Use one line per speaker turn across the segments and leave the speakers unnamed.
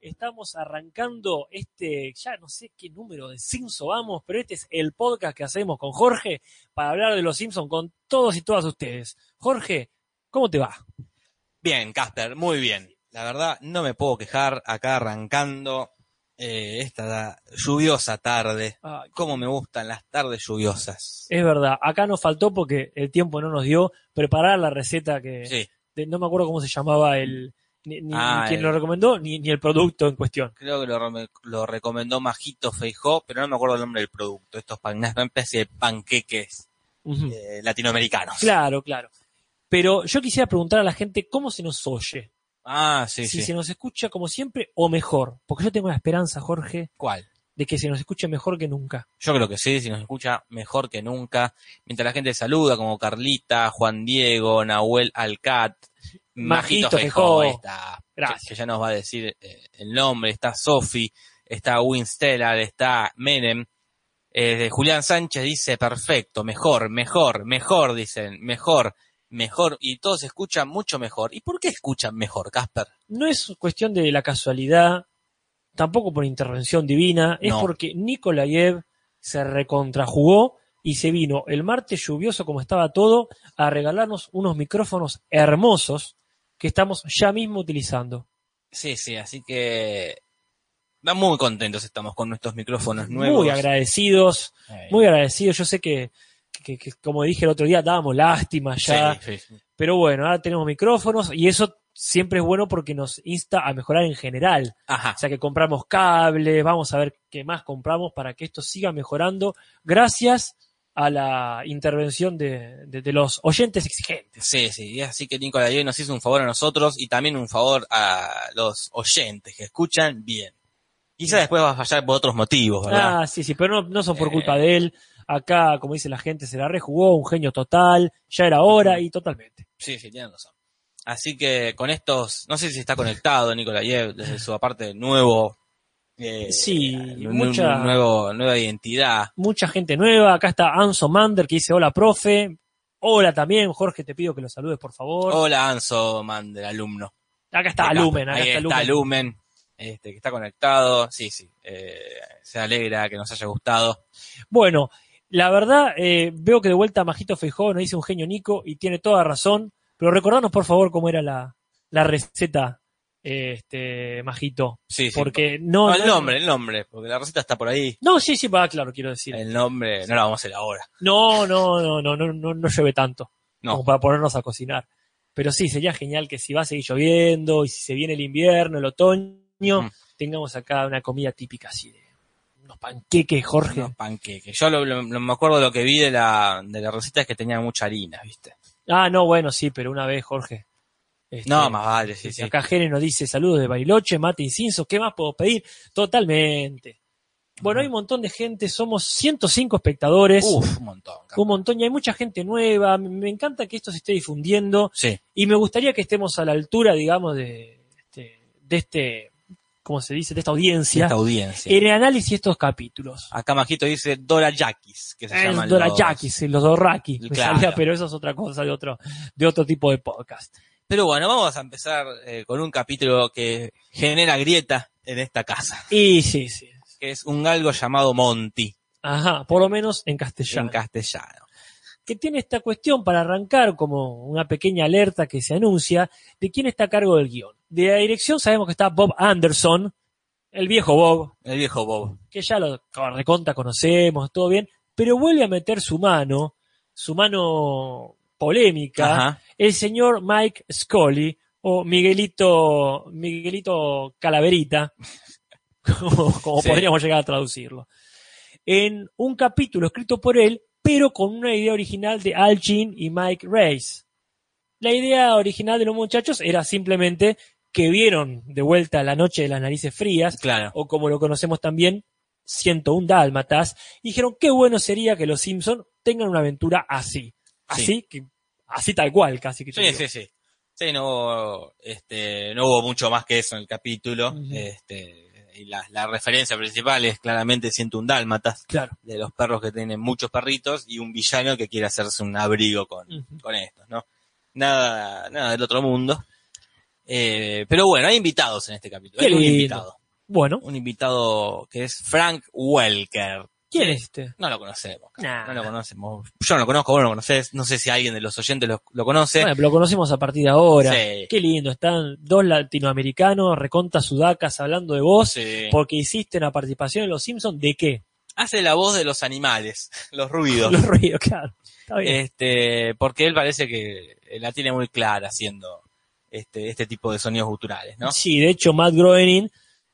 estamos arrancando este, ya no sé qué número de Simpson vamos, pero este es el podcast que hacemos con Jorge para hablar de los Simpsons con todos y todas ustedes. Jorge, ¿cómo te va?
Bien, Casper, muy bien. La verdad, no me puedo quejar acá arrancando eh, esta lluviosa tarde.
Ay,
Cómo me gustan las tardes lluviosas.
es verdad, acá nos faltó porque el tiempo no nos dio preparar la receta que
Sí,
de- no me acuerdo cómo se llamaba el ni, ni- ni
Ah,
quien
el-
lo recomendó ni, ni el producto en cuestión.
creo que lo, re- lo recomendó Majito Feijó, pero no me acuerdo el nombre del producto. Estos pan, una especie de panqueques
Ujú.
eh, latinoamericanos.
Claro, claro. Pero yo quisiera preguntar a la gente cómo se nos oye.
Ah, sí,
si
sí.
se nos escucha como siempre o mejor. Porque yo tengo la esperanza, Jorge,
¿Cuál?
de que se nos escuche mejor que nunca.
Yo creo que sí, si nos escucha mejor que nunca. Mientras la gente saluda, como Carlita, Juan Diego, Nahuel Alcat,
Majito
Majito
Feijó.
Feijó, ahí está.
Gracias.
Que, que ya nos va a decir eh, el nombre. Está Sofi, está Winstellar, está Menem. Eh, de Julián Sánchez dice, perfecto, mejor, mejor, mejor, dicen, mejor, mejor. Y todos escuchan mucho mejor. ¿Y por qué escuchan mejor, Casper?
No es cuestión de la casualidad, tampoco por intervención divina, es
No.
porque Nikolaev se recontrajugó y se vino el martes lluvioso como estaba todo a regalarnos unos micrófonos hermosos que estamos ya mismo utilizando.
Sí, sí, así que... Muy contentos estamos con nuestros micrófonos nuevos.
Muy agradecidos,
Eh,
muy agradecidos. Yo sé que, que- que, como dije el otro día, dábamos lástima ya.
Sí, sí, sí.
Pero bueno, ahora tenemos micrófonos y eso siempre es bueno porque nos insta a mejorar en general.
Ajá.
O sea que compramos cables, vamos a ver qué más compramos para que esto siga mejorando gracias a la intervención de, de- de los oyentes exigentes.
Sí, sí, y así que Nicolás Diego nos hizo un favor a nosotros y también un favor a los oyentes que escuchan bien. Quizá después va a fallar por otros motivos, ¿verdad?
Ah, sí, sí, pero no, no son por
Eh.
culpa de él. Acá, como dice la gente, se la rejugó, un genio total, ya era hora y totalmente.
Sí, sí, tienen razón. Así que con estos, no sé si está conectado Nicolás Diego desde su aparte nuevo. eh,
Sí,
un-
mucha-
un nuevo, nueva identidad.
Mucha gente nueva, acá está Anso Mander que dice hola profe, hola también, Jorge te pido que lo saludes por favor.
Hola Anso Mander, alumno.
Acá está
Acá,
Lumen, acá
Oh, ahí
está,
está
Lumen.
Lumen, este, que está conectado. Sí, sí, eh, se alegra que nos haya gustado.
Bueno, la verdad, eh, veo que de vuelta Majito Feijó nos dice un genio Nico y tiene toda razón. Pero recordanos, por favor, cómo era la, la receta, eh, este, Majito.
Sí, sí,
Porque no,
No,
no-
el nombre, el nombre, porque la receta está por ahí.
No, sí, sí, va, claro, quiero decir.
El nombre no la vamos a hacer ahora.
No, no, no, no, no, no, no llueve tanto.
No.
Como para ponernos a cocinar. Pero sí, sería genial que si va a seguir lloviendo y si se viene el invierno, el otoño,
Mm.
tengamos acá una comida típica así de unos panqueques, Jorge.
Unos panqueques. Yo lo, lo- lo- me acuerdo lo que vi de la, de la receta es que tenía mucha harina, ¿viste?
Ah, no, bueno, sí, pero una vez, Jorge. Este,
No, más vale, sí, sí.
Acá Jere nos dice saludos de Bariloche, mate incienso, ¿qué más puedo pedir? Totalmente. Bueno,
Ajá.
hay un montón de gente, somos 105 espectadores,
Uf, un montón.
un montón, y hay mucha gente nueva, me me encanta que esto se esté difundiendo
Sí,
y me gustaría que estemos a la altura, digamos, de este, de este ¿cómo se dice?, de esta
sí,
audiencia,
esta audiencia.
en ah, el análisis de estos capítulos.
Acá Majito dice Dora Yaquis, que se llaman
El Dorayaki,
los-
sí, los Dorraki, me
Claro.
salía, pero eso es otra cosa de otro, de otro tipo de podcast.
Pero bueno, vamos a empezar eh, con un capítulo que genera grieta en esta casa,
Y sí, sí.
que es un galgo llamado Monty,
Ajá, por lo menos en castellano.
en castellano.
que tiene esta cuestión para arrancar como una pequeña alerta que se anuncia de quién está a cargo del guión. De la dirección sabemos que está Bob Anderson, el viejo Bob,
El viejo Bob.
que ya lo reconta, conocemos, todo bien, pero vuelve a meter su mano, su mano polémica,
Ajá.
el señor Mike Scully o Miguelito, Miguelito Calaverita, como, como
Sí.
podríamos llegar a traducirlo, en un capítulo escrito por él, pero con una idea original de Al Jean y Mike Reyes. La idea original de los muchachos era simplemente que vieron de vuelta la noche de las narices frías,
Claro.
o como lo conocemos también, 101 Dálmatas, y dijeron qué bueno sería que los Simpson tengan una aventura así. Así, que, así tal cual, casi que yo
Sí,
digo.
sí, sí. Sí, no hubo, este, no hubo mucho más que eso en el capítulo.
Ujú.
este, y la, la referencia principal es claramente siento un dálmatas
Claro.
de los perros que tienen muchos perritos y un villano que quiere hacerse un abrigo con,
Ujú.
con estos, ¿no? Nada, nada del otro mundo. Eh, pero bueno, hay invitados en este capítulo.
Qué
Hay un
lindo.
invitado.
Bueno,
un invitado que es Frank Welker.
¿quién es este?
No lo conocemos,
Nah.
no lo conocemos. Yo no lo conozco, vos no lo conocés, no sé si alguien de los oyentes lo, lo conoce.
Bueno, lo conocemos a partir de ahora.
Sí.
Qué lindo, están dos latinoamericanos, reconta sudacas, hablando de vos,
Sí.
porque hiciste una participación en Los Simpsons, ¿de qué?
Hace la voz de los animales, los ruidos.
Los ruidos, claro. Está bien.
este, porque él parece que eh, la tiene muy clara haciendo este, este tipo de sonidos guturales, ¿no?
Sí, de hecho, Matt Groening,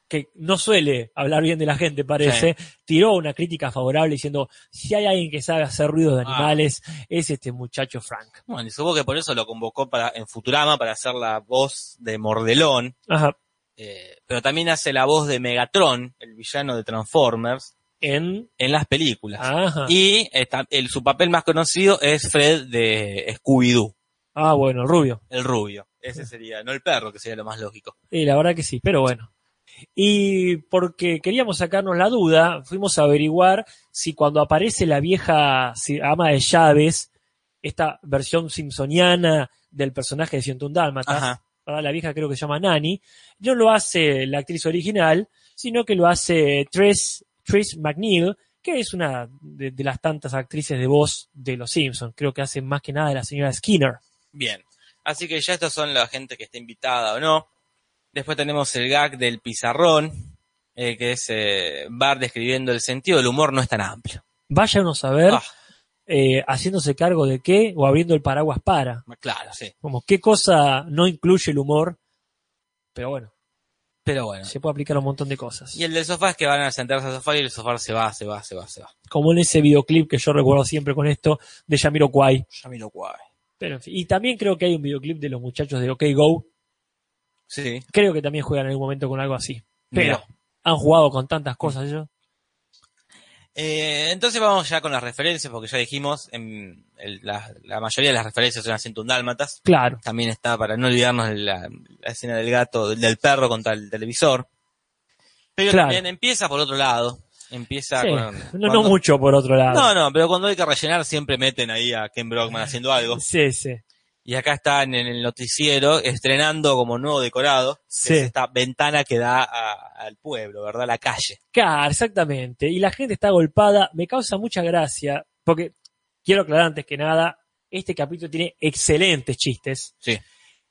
que no suele hablar bien de la gente, parece, tiró una crítica favorable diciendo: si hay alguien que sabe hacer ruidos de
Ah.
animales, es este muchacho Frank.
Bueno, y supongo que por eso lo convocó para, en Futurama para hacer la voz de Mordelón,
Ajá.
eh, pero también hace la voz de Megatron, el villano de Transformers,
En.
en las películas.
Ajá.
Y esta- el- su papel más conocido es Fred de Scooby-Doo,
Ah, bueno, el rubio.
el rubio. Ese sería, no el perro, que sería lo más lógico.
Y la verdad que sí, pero bueno. Y porque queríamos sacarnos la duda, fuimos a averiguar si cuando aparece la vieja si- ama de llaves, esta versión simpsoniana del personaje de 101 Dálmatas,
Ajá.
¿verdad? la vieja creo que se llama Nani, no lo hace la actriz original, sino que lo hace Tris, Tris McNeil, que es una de, de las tantas actrices de voz de Los Simpsons. Creo que hace más que nada de la señora Skinner.
Bien. Así que ya estas son la gente que está invitada o no. Después tenemos el gag del pizarrón, eh, que es eh, Bart describiendo el sentido del humor no es tan amplio.
Váyanos a ver
Ah,
eh, haciéndose cargo de qué o abriendo el paraguas para.
claro, sí.
Como qué cosa no incluye el humor, pero bueno,
Pero bueno.
se puede aplicar a un montón de cosas.
Y el del sofá es que van a sentarse al sofá y el sofá se va, se va, se va, se va.
Como en ese videoclip que yo recuerdo siempre con esto de Yamiroquai.
Ya me lo cuave.
Pero en fin, y también creo que hay un videoclip de los muchachos de OK Go.
Sí.
Creo que también juegan en algún momento con algo así. Pero
Mira.
han jugado con tantas cosas ellos.
Eh, entonces vamos ya con las referencias, porque ya dijimos, en el- la, la mayoría de las referencias son a 101 Dálmatas.
Claro.
También está, para no olvidarnos, de la, la escena del gato, del, del perro contra el televisor. Pero
Claro.
también empieza por otro lado. Empieza
Sí.
con.
No, no
cuando-
mucho por otro lado.
No, no, pero cuando hay que rellenar siempre meten ahí a Ken Brockman haciendo algo.
Sí, sí.
Y acá están en el noticiero estrenando como nuevo decorado que
Sí.
es esta ventana que da a- al pueblo, ¿verdad? La calle.
Claro, exactamente. Y la gente está golpada. Me causa mucha gracia, porque quiero aclarar antes que nada, este capítulo tiene excelentes chistes.
Sí.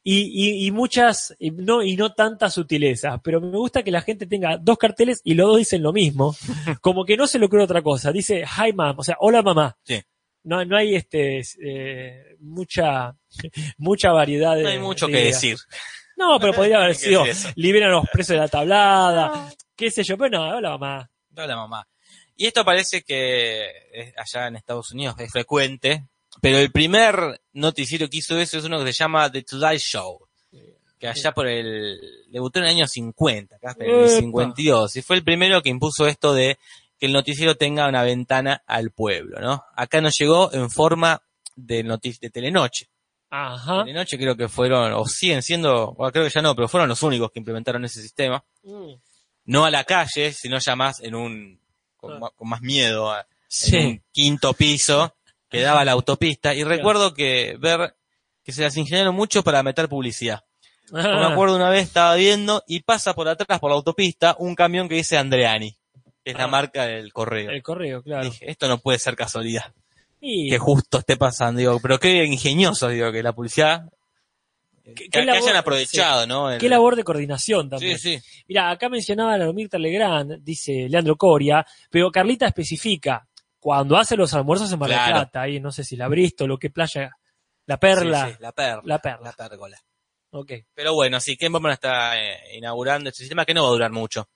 Y, y- y muchas, y no, y no tantas sutilezas, pero me gusta que la gente tenga dos carteles y los dos dicen lo mismo. Como que no se le ocurre otra cosa. Dice, hi mom, o sea, hola mamá.
Sí.
No, no hay este, es, eh, mucha, mucha variedad de.
No hay mucho
de
que
ideas.
decir.
No, pero podría haber
Hay que
sido,
decir Ah. eso.
liberan a los presos de la tablada, qué sé yo, pero no, hola mamá.
No, la mamá. Y esto parece que eh, allá en Estados Unidos es frecuente, pero el primer noticiero que hizo eso es uno que se llama The Today Show, que allá por el... debutó en el año 50, acá en el
Epa.
52, y fue el primero que impuso esto de que el noticiero tenga una ventana al pueblo, ¿no? Acá nos llegó en forma de noti- de Telenoche.
Ajá.
Telenoche creo que fueron, o siguen siendo, o creo que ya no, pero fueron los únicos que implementaron ese sistema.
Mm.
no a la calle, sino ya más en un, con, ma- con más miedo, a- en
Sí,
un quinto piso que daba la autopista. Y recuerdo que ver que se las ingeniaron mucho para meter publicidad. Yo
Ah.
Me acuerdo una vez estaba viendo y pasa por atrás, por la autopista, un camión que dice Andreani, que es la
Ah.
marca del correo.
el correo, claro.
Dije, esto no puede ser casualidad,
Y
que justo esté pasando. Digo, pero qué ingenioso, digo, que la publicidad, eh, que,
qué
que
labor-
hayan aprovechado, ¿no? El-
qué labor de coordinación
Sí,
también.
sí.
Mira, acá mencionaba a la Mirta Legrand, dice Leandro Coria, pero Carlita especifica, cuando hace los almuerzos en Mar del
Claro.
Plata, ahí no sé si la Bristol o qué playa, la Perla,
Sí, sí, la perla.
la Perla,
La pérgola.
ok.
Pero bueno, sí, Ken Bauman está eh, inaugurando este sistema que no va a durar mucho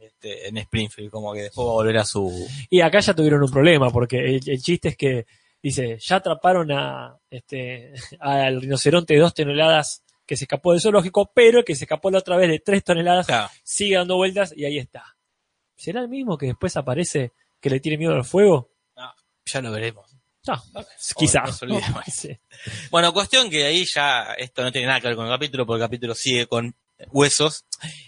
este, en Springfield, como que después va a volver a su...
Y acá ya tuvieron un problema, porque el, el chiste es que, dice, ya atraparon a este al rinoceronte de dos toneladas que se escapó del zoológico, pero el que se escapó la otra vez de tres toneladas
Claro,
sigue dando vueltas y ahí está. ¿Será el mismo que después aparece que le tiene miedo al fuego?
ya lo veremos.
No,
no
quizás.
se olvidemos.
Sí.
Bueno, cuestión que ahí ya esto no tiene nada que ver con el capítulo, porque el capítulo sigue con huesos,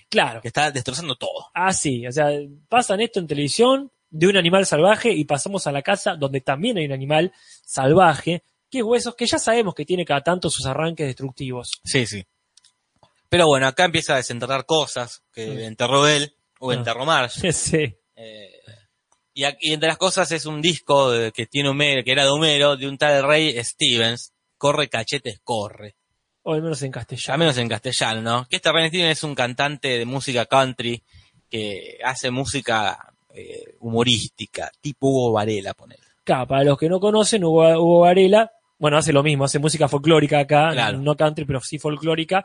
Claro.
que está destrozando todo.
Ah, sí. O sea, pasan esto en televisión de un animal salvaje y pasamos a la casa donde también hay un animal salvaje, que es huesos, que ya sabemos que tiene cada tanto sus arranques destructivos.
Sí, sí. Pero bueno, acá empieza a desenterrar cosas que
Sí.
enterró él o
Ah.
enterró Marge.
Sí.
Eh, y, ac- y entre las cosas es un disco de- que tiene Homero, que era de Homero, de un tal Ray Stevens, Corre Cachetes Corre.
O al menos en
Ya
castellano.
menos en castellano, ¿no? Que este Ray Stevens es un cantante de música country que hace música eh, humorística, tipo Hugo Varela, ponele.
Acá, para los que no conocen, Hugo, Hugo Varela, bueno, hace lo mismo, hace música folclórica acá,
Claro.
no country, pero sí folclórica,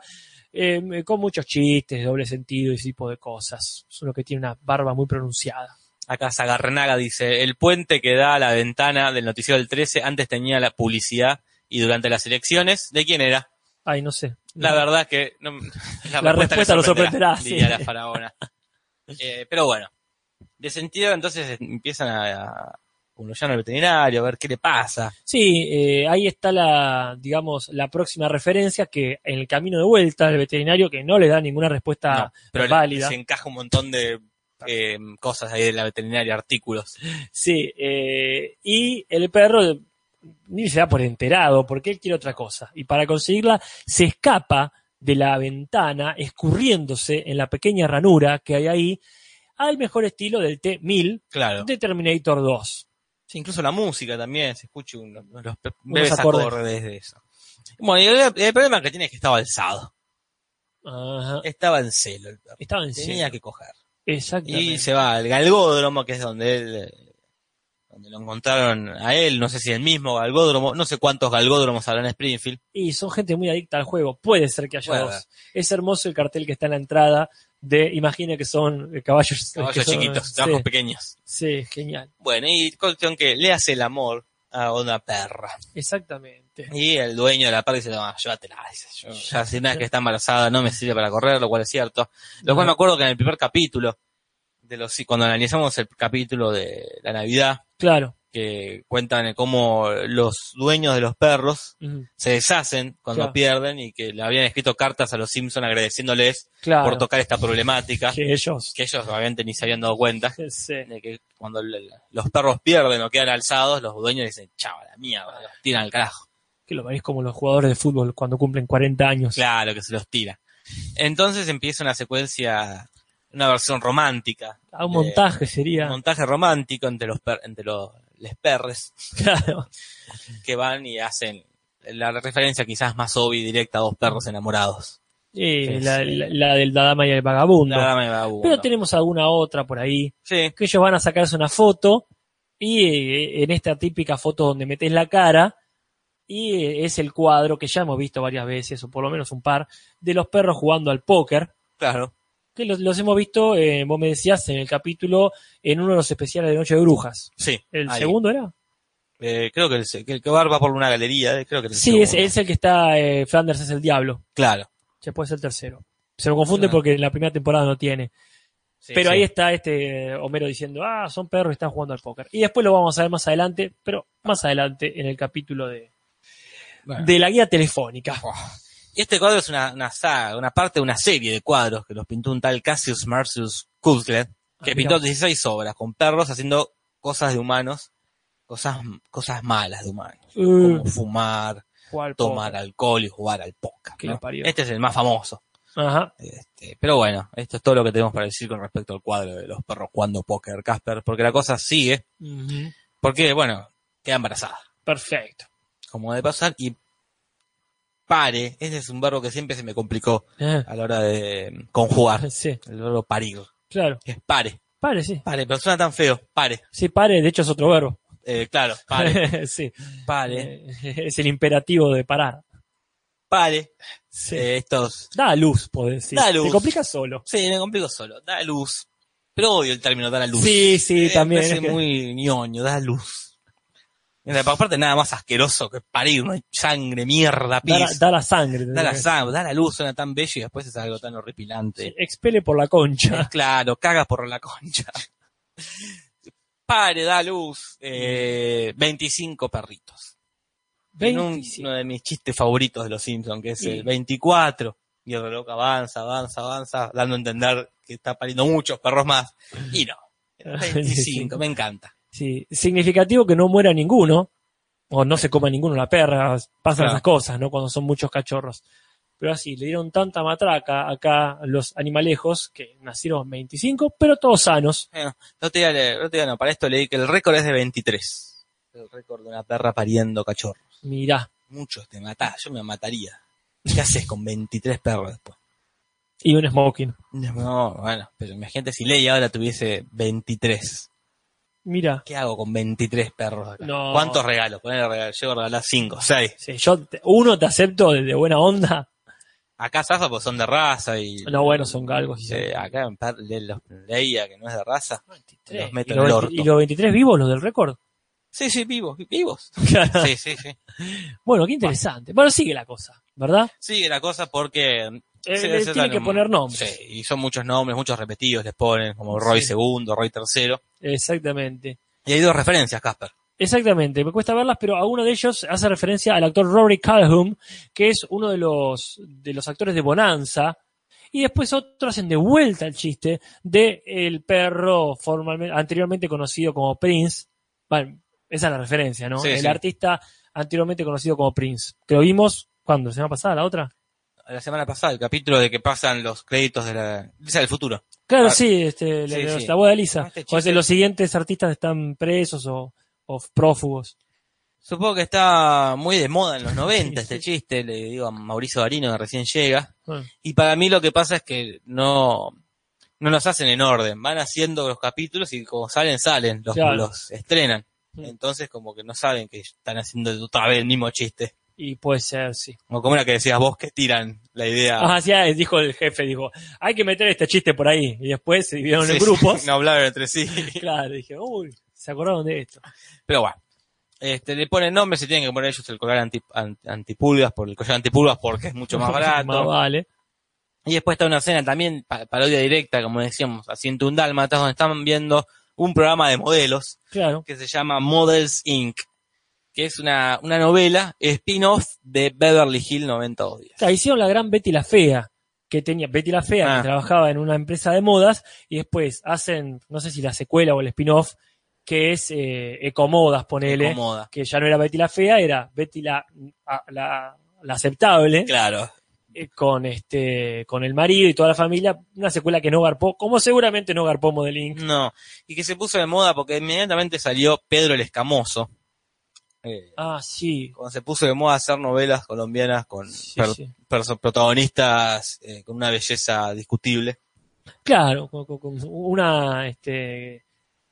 eh, con muchos chistes, doble sentido y ese tipo de cosas. Solo que tiene una barba muy pronunciada.
Acá Zagarnaga dice, el puente que da a la ventana del noticiero del 13 antes tenía la publicidad y durante las elecciones, ¿de quién era?
Ay, no sé.
La
No.
verdad que no- la,
Mm. La respuesta
le
lo sorprenderá, sí.
diría la faraona. Eh, pero bueno, de sentido entonces empiezan a, a conducir al veterinario, a ver qué le pasa.
Sí, eh, ahí está la, digamos, la próxima referencia que en el camino de vuelta el veterinario que no le da ninguna respuesta
No, pero le-
válida.
se encaja un montón de eh, cosas ahí de la veterinaria, artículos.
Sí, eh, y el perro ni se da por enterado porque él quiere otra cosa. Y para conseguirla se escapa de la ventana escurriéndose en la pequeña ranura que hay ahí al mejor estilo del T-1000
Claro.
de Terminator 2.
Sí, incluso la música también, se escucha un- los pe-
Unos
breves
acordes.
acordes de eso. Bueno, y el, el problema que tiene es que estaba alzado.
Ajá.
Estaba en celo el perro.
Estaba en
Tenía
sí.
que coger.
Exactamente.
Y se va al galgódromo, que es donde él, eh, donde lo encontraron a él, no sé si el mismo galgódromo, no sé cuántos galgódromos habrá en Springfield.
y son gente muy adicta al juego. Puede ser que haya
Puede haber.
dos. Es hermoso el cartel que está en la entrada de, imagina que son eh, caballos,
Caballos
que son-
chiquitos,
sí,
trabajos pequeños.
sí, genial.
Bueno, y cuestión que le hace el amor a una perra.
Exactamente.
Y el dueño de la perra dice, no, llévatela. Dice, yo, ya si una vez que está embarazada no me sirve para correr, lo cual es cierto. Lo cual me acuerdo que en el primer capítulo, de los cuando analizamos el capítulo de la Navidad,
Claro.
que cuentan cómo los dueños de los perros
Ujú.
se deshacen cuando
Claro.
pierden y que le habían escrito cartas a los Simpson agradeciéndoles
Claro.
por tocar esta problemática,
que ellos.
que ellos obviamente ni se habían dado cuenta,
Sí.
de que cuando l- los perros pierden o quedan alzados, los dueños dicen, chava, la mierda, los tiran al carajo.
Que lo veis como los jugadores de fútbol cuando cumplen 40 años.
Claro que se los tira. Entonces empieza una secuencia, una versión romántica,
Ah, un
Eh,
montaje
un
sería.
montaje romántico entre los per- entre los les perres
Claro.
que van y hacen la referencia quizás más obvia y directa a dos perros enamorados.
Eh,
Sí,
la,
sí.
la- la del Dadama y el Vagabundo.
La dama y el vagabundo.
Pero tenemos alguna otra por ahí.
Sí.
Que ellos van a sacarse una foto. Y eh, en esta típica foto donde metes la cara. Y eh, es el cuadro que ya hemos visto varias veces, o por lo menos un par, de los perros jugando al póker.
Claro.
Que los, los hemos visto, eh, vos me decías, en el capítulo, en uno de los especiales de Noche de Brujas.
Sí.
¿El
ahí.
segundo era?
Eh, creo que el, se- que el que va va por una galería, eh, creo que el
Sí, es,
segundo.
es el que está. eh, Flanders es el diablo.
Claro.
Se puede ser el tercero. Se lo confunde
Claro.
porque en la primera temporada no tiene.
Sí,
pero
sí.
ahí está este eh, Homero diciendo, ah, son perros y están jugando al póker. Y después lo vamos a ver más adelante, pero más adelante en el capítulo de,
Bueno.
de la guía telefónica.
Y este cuadro es una, una saga, una parte de una serie de cuadros que los pintó un tal Cassius Marcius Kuzlet, que
Ah,
pintó
mirá.
16 obras con perros haciendo cosas de humanos, cosas, cosas malas de humanos,
Uh,
como fumar,
jugar al
tomar
póker.
alcohol y jugar al póker.
Que
¿no?
lo parió.
Este es el más famoso.
Ajá.
Este, pero bueno, esto es todo lo que tenemos para decir con respecto al cuadro de los perros jugando póker, Casper, porque la cosa sigue,
Ujú.
porque bueno, queda embarazada.
Perfecto.
como de pasar, y pare, ese es un verbo que siempre se me complicó
Eh,
a la hora de mm, conjugar,
Sí,
el verbo parir,
claro.
que es pare,
Pare, sí.
pare, pero suena tan feo, pare,
Sí, pare, de hecho es otro verbo.
Eh, claro, pare,
sí.
pare,
Eh, es el imperativo de parar.
pare,
Sí.
Eh, estos,
Da a luz, podés decir.
Da a luz.
Te complica solo.
sí, me complico solo, da luz, pero odio el término da la luz,
Sí, sí,
Eh,
también.
me
es
parece
que-
muy ñoño, da luz, Mira, aparte nada más asqueroso que parir, no hay sangre, mierda,
da, la,
pis,
da la sangre.
da la sangre, da la luz, suena tan bello y después es algo tan horripilante. Eh,
Sí, Expele por la concha.
Claro, caga por la concha. Pare, da luz. Eh, 25 perritos. En un-
25.
uno de mis chistes favoritos de los Simpsons, que es
Sí.
el 24. Y el reloj avanza, avanza, avanza, dando a entender que está pariendo muchos perros más. Y no. 25, me encanta.
Sí, significativo que no muera ninguno, o no se coma ninguno la perra, pasan
Claro.
esas cosas, ¿no? Cuando son muchos cachorros. pero así, le dieron tanta matraca acá a los animalejos que nacieron 25, pero todos sanos.
Bueno, no te diga, le- no te diga, no, para esto leí que el récord es de 23. El récord de una perra pariendo cachorro.
Mirá.
Muchos te matás, yo me mataría. ¿Qué haces con 23 perros después?
Y un smoking.
No, bueno, pero imagínate si Ley ahora tuviese 23.
Mirá.
¿Qué hago con 23 perros acá?
No.
¿Cuántos regalos? Ponele regalo, llego a regalar 5, 6.
Sí, yo te- uno te acepto de buena onda.
Acá zafa porque son de raza y.
No, bueno, son galgos. y son-
eh, acá en par- le- los leía que no es de raza. los
y,
meto en el
los,
orto.
y los 23 vivos, los del récord.
Sí, sí, vivos, vivos. Sí, sí, sí.
bueno, qué interesante. Bueno, sigue la cosa, ¿verdad?
Sigue la cosa porque
Eh,
Sí,
le
sí,
tiene
dan
que
un-
poner nombres.
Sí, y son muchos nombres, muchos repetidos les ponen, como Roy
Sí.
segundo, Roy tercero.
Exactamente.
Y hay dos referencias, Casper.
Exactamente, me cuesta verlas, pero a uno de ellos hace referencia al actor Rory Calhoun, que es uno de los, de los actores de Bonanza. Y después otro hacen de vuelta el chiste de el perro formalmente, anteriormente conocido como Prince. Bueno, esa es la referencia, ¿no?
Sí,
el
sí.
artista anteriormente conocido como Prince. Que lo vimos cuando, la semana pasada, la otra.
La semana pasada, el capítulo de que pasan los créditos de la. Dice del futuro.
Claro,
Ah,
sí, este,
sí,
la,
sí.
la boda de Lisa.
Ah, este
o sea,
chiste-
los siguientes artistas están presos o, o prófugos.
Supongo que está muy de moda en los
Sí,
90 este
sí.
chiste, le digo a Mauricio Darino que recién llega.
Ah.
Y para mí lo que pasa es que no, no los hacen en orden, van haciendo los capítulos y como salen, salen, los,
Claro.
los estrenan.
Mm.
Entonces como que no saben que están haciendo otra vez el mismo chiste.
Y puede ser, sí.
O como era que decías vos que tiran la idea.
Ah, sí, ah, dijo el jefe, dijo, hay que meter este chiste por ahí. Y después se dividieron en
Sí,
grupos.
sí, no hablaron entre sí.
Claro, dije, uy, se acordaron de esto.
Pero bueno. Este, le ponen nombre, se tienen que poner ellos el collar anti, an- antipulgas por el collar antipulgas porque es mucho más
Más
barato.
vale.
y después está una escena también, pa- parodia directa, como decíamos, haciendo un dálmatas, donde están viendo un programa de modelos
Claro.
que se llama Models Inc., que es una, una novela spin-off de Beverly Hill 92 días.
Claro, hicieron la gran Betty la Fea, que tenía, Betty la Fea,
Ah.
que trabajaba en una empresa de modas, y después hacen, no sé si la secuela o el spin-off, que es eh, Ecomodas, ponele,
Comoda.
que ya no era Betty la Fea, era Betty la, a- la, la aceptable,
Claro.
eh, con este, con el marido y toda la familia, una secuela que no garpó, como seguramente no garpó Modeling.
No. Y que se puso de moda porque inmediatamente salió Pedro el Escamoso. Eh,
Ah, sí.
cuando se puso de moda hacer novelas colombianas con
Sí,
per-
sí.
perso- protagonistas eh, con una belleza discutible.
Claro, con, con- con una este,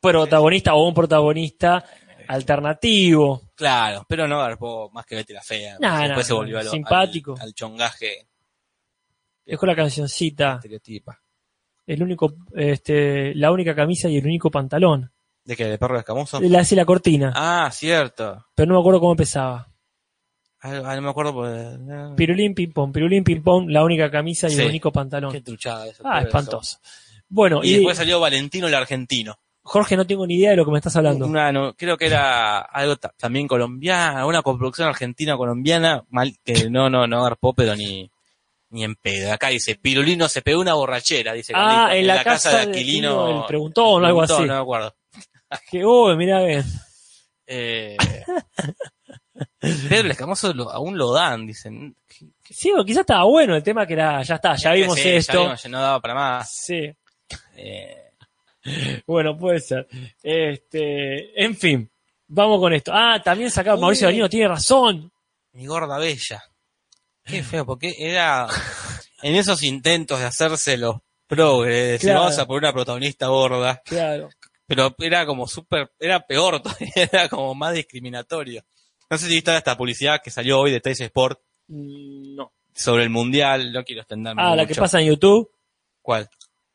protagonista o un protagonista alternativo.
Claro, pero no garpó más que Betty la Fea.
No,
después
no,
se volvió a lo-
simpático.
Al, al chongaje
Dejó la cancioncita,
estereotipa.
el único, este, la única camisa y el único pantalón.
¿De que ¿De perro escamoso?
Le hace la cortina,
Ah, cierto.
pero no me acuerdo cómo empezaba.
Ah, ah, no me acuerdo. eh, Por...
Pirulín ping pong, pirulín ping pong, la única camisa y
Sí.
el único pantalón.
Qué truchada eso.
Ah,
pobre
espantoso. Bueno,
eso. Y
y,
después salió Valentino el Argentino.
Jorge, no tengo ni idea de lo que me estás hablando.
Una no- creo que era algo ta- también colombiana, una coproducción argentina-colombiana, mal que no, no, no garpó, pero ni, ni en pedo. Acá dice, Pirulino se pegó una borrachera, dice.
ah,
Carlitos,
en la, casa, de Aquilino, el preguntón o algo
preguntó,
así.
No me acuerdo.
Que, uy, mira, ven.
Eh, Pedro el Escamoso lo- aún lo dan, dicen. Este
Sí, o quizás estaba bueno el tema que era, ya está, ya vimos
Sí, ya
esto.
vimos, ya no daba para más.
Sí.
Eh,
Bueno, puede ser. Este, en fin, vamos con esto. Ah, también sacaba Mauricio
Uy.
Danino, tiene razón.
mi gorda bella. Qué feo, porque era en esos intentos de hacerse los progres, de decir,
Claro.
vamos a por una protagonista gorda,
Claro.
pero era como súper, era peor todavía, era como más discriminatorio. No sé si viste esta publicidad que salió hoy de Tays Sport
Mm, No.
sobre el mundial, no quiero extenderme
Ah, la
mucho.
que pasa en YouTube.
¿Cuál?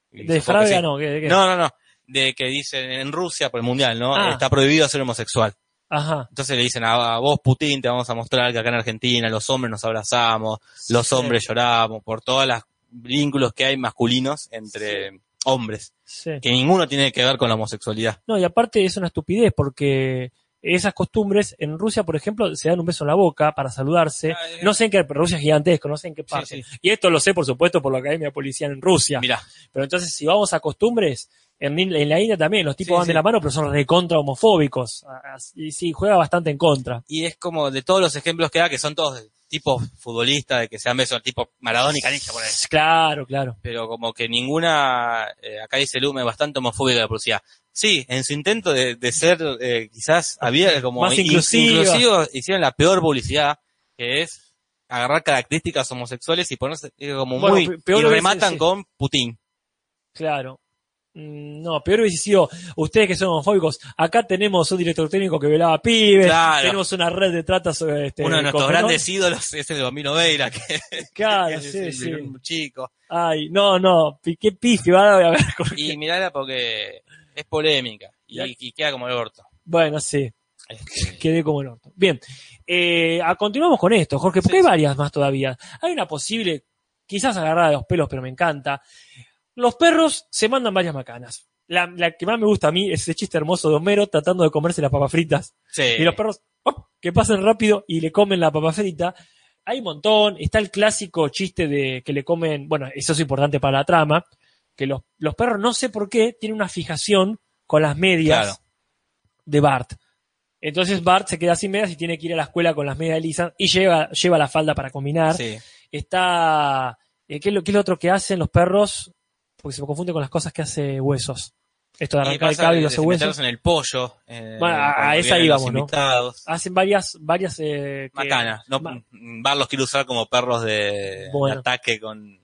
De
Supongo que
Fraga,
sí.
no. ¿qué- qué?
No, no, no. De que dicen en Rusia por el mundial, ¿no?
Ah.
Está prohibido ser homosexual.
Ajá.
Entonces le dicen a, a vos, Putin, te vamos a mostrar que acá en Argentina los hombres nos abrazamos, los
Sí.
hombres lloramos, por todos los vínculos que hay masculinos entre hombres,
Sí.
que ninguno tiene que ver con la homosexualidad.
No, y aparte es una estupidez porque esas costumbres en Rusia, por ejemplo, se dan un beso en la boca para saludarse.
Ah, eh.
No ah, sé en qué, Rusia es gigantesco, no sé en qué parte. Y esto lo sé, por supuesto, por la Academia Policial en Rusia.
Mirá,
Pero entonces, si vamos a costumbres, en, In- en la India también los tipos
Sí,
van de
sí.
la mano, pero son recontra homofóbicos. Ah, ah, Y sí, juega bastante en contra.
y es como de todos los ejemplos que da, que son todos tipos futbolistas de que sean besos, tipo Maradona y Canilla, por ahí.
Claro, claro.
Pero como que ninguna, eh, acá dice Lume, bastante homofóbica la policía. Sí, en su intento de, de ser eh, quizás había como
Más
in-
inclusiva.
inclusivos, hicieron la peor publicidad, que es agarrar características homosexuales y ponerse eh, como
Bueno,
muy...
pe- peor
y
hubiese-
rematan
sí.
con Putin.
Claro. Mm, No, peor hubiese sido ustedes que son homofóbicos. Acá tenemos un director técnico que velaba a pibes.
Claro.
Tenemos una red de trata sobre este.
Uno de nuestros
con-
grandes ídolos es el Domino Veira, que
Claro,
es
sí,
el-
sí.
un chico.
Ay, no, no. pi- Qué pifi va a haber con-
Y mirala porque es polémica y,
Ya.
y queda como el orto.
Bueno, sí.
Este,
Quedé como el orto. Bien. Eh, a- continuamos con esto, Jorge, porque
Sí,
hay
sí.
varias más todavía. Hay una posible, quizás agarrada de los pelos, pero me encanta. Los perros se mandan varias macanas. La, la que más me gusta a mí es ese chiste hermoso de Homero tratando de comerse las papas fritas.
sí.
Y los perros ¡op!, que pasan rápido y le comen la papa frita. Hay un montón. Está el clásico chiste de que le comen. Bueno, eso es importante para la trama. Que los, los perros, no sé por qué, tienen una fijación con las medias
Claro.
de Bart. Entonces Bart se queda sin medias y tiene que ir a la escuela con las medias lisas y lleva, lleva la falda para combinar.
Sí.
Está. eh, ¿qué, es lo, ¿Qué es lo otro que hacen los perros? Porque se me confunde con las cosas que hace huesos. Esto de
Y
arrancar el
pasa
cable y
de-
los
de
huesos.
meterlos en el pollo. eh,
Bueno, a- a
cuando
esa
vienen los
íbamos, ¿no?
invitados.
Hacen varias, varias eh, que-
Macana. No,
ma-
Bar los quiere usar como perros de,
Bueno.
de ataque con,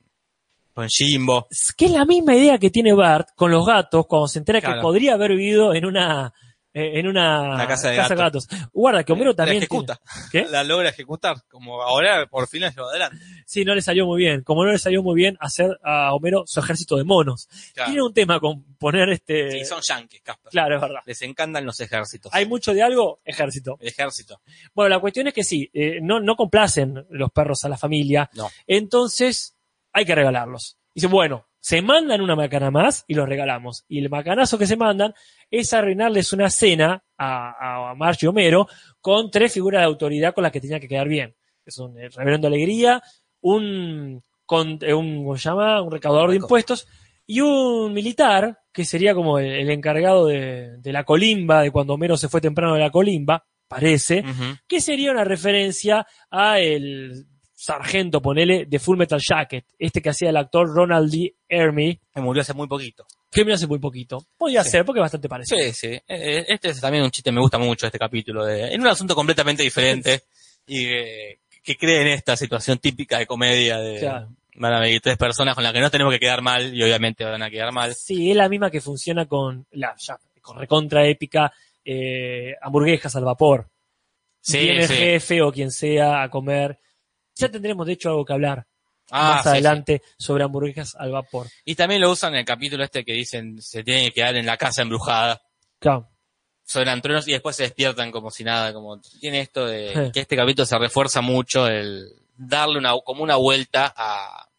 con Jimbo.
Es que es la misma idea que tiene Bart con los gatos cuando se entera
Claro.
que podría haber vivido en una eh, en una
Una casa de Eh,
gatos. Guarda que Homero
La
también
ejecuta.
tiene- ¿Qué?
La logra ejecutar. Como ahora por fin la lleva adelante.
tiene- sí, no le salió muy bien. Como no le salió muy bien hacer a Homero su ejército de monos.
Claro.
Tiene un tema con poner este
Sí, son yankees, Casper.
Claro, es verdad.
Les encantan los ejércitos.
Hay mucho de algo, ejército.
El ejército.
Bueno, la cuestión es que sí, eh, no, no complacen los perros a la familia.
No.
Entonces, hay que regalarlos. Dice, bueno, se mandan una macana más y los regalamos. Y el macanazo que se mandan es arruinarles una cena a, a, a Marge y Homero con tres figuras de autoridad con las que tenían que quedar bien. Es un eh, reverendo Alegría, un, con, eh, un ¿cómo se llama? un recaudador de
Reco-
impuestos y un militar que sería como el, el encargado de, de la colimba, de cuando Homero se fue temprano de la colimba, parece
Ujú.
que sería una referencia a el sargento, ponele, de Full Metal Jacket, este que hacía el actor Ronald D. Ermey,
Que murió hace muy poquito.
que me hace muy poquito. Podría
Sí.
ser, porque es bastante parecido.
Sí, sí. Eh, eh, Este es también un chiste, me gusta mucho este capítulo. de- en un asunto completamente diferente. y eh, que cree en esta situación típica de comedia de...
Claro.
Van a venir tres personas con las que no tenemos que quedar mal, y obviamente van a quedar mal.
Sí, es la misma que funciona con la ya, con recontra épica eh, hamburguesas al vapor.
Sí,
Viene
sí.
el jefe o quien sea a comer. Ya tendremos, de hecho, algo que hablar
Ah,
más
sí, sí.
adelante sobre hamburguesas al vapor.
Y también lo usan en el capítulo este que dicen se tienen que quedar en la casa embrujada.
Claro.
Suenan truenos y después se despiertan como si nada, como tiene esto de
Sí.
que este capítulo se refuerza mucho el darle una como una vuelta a,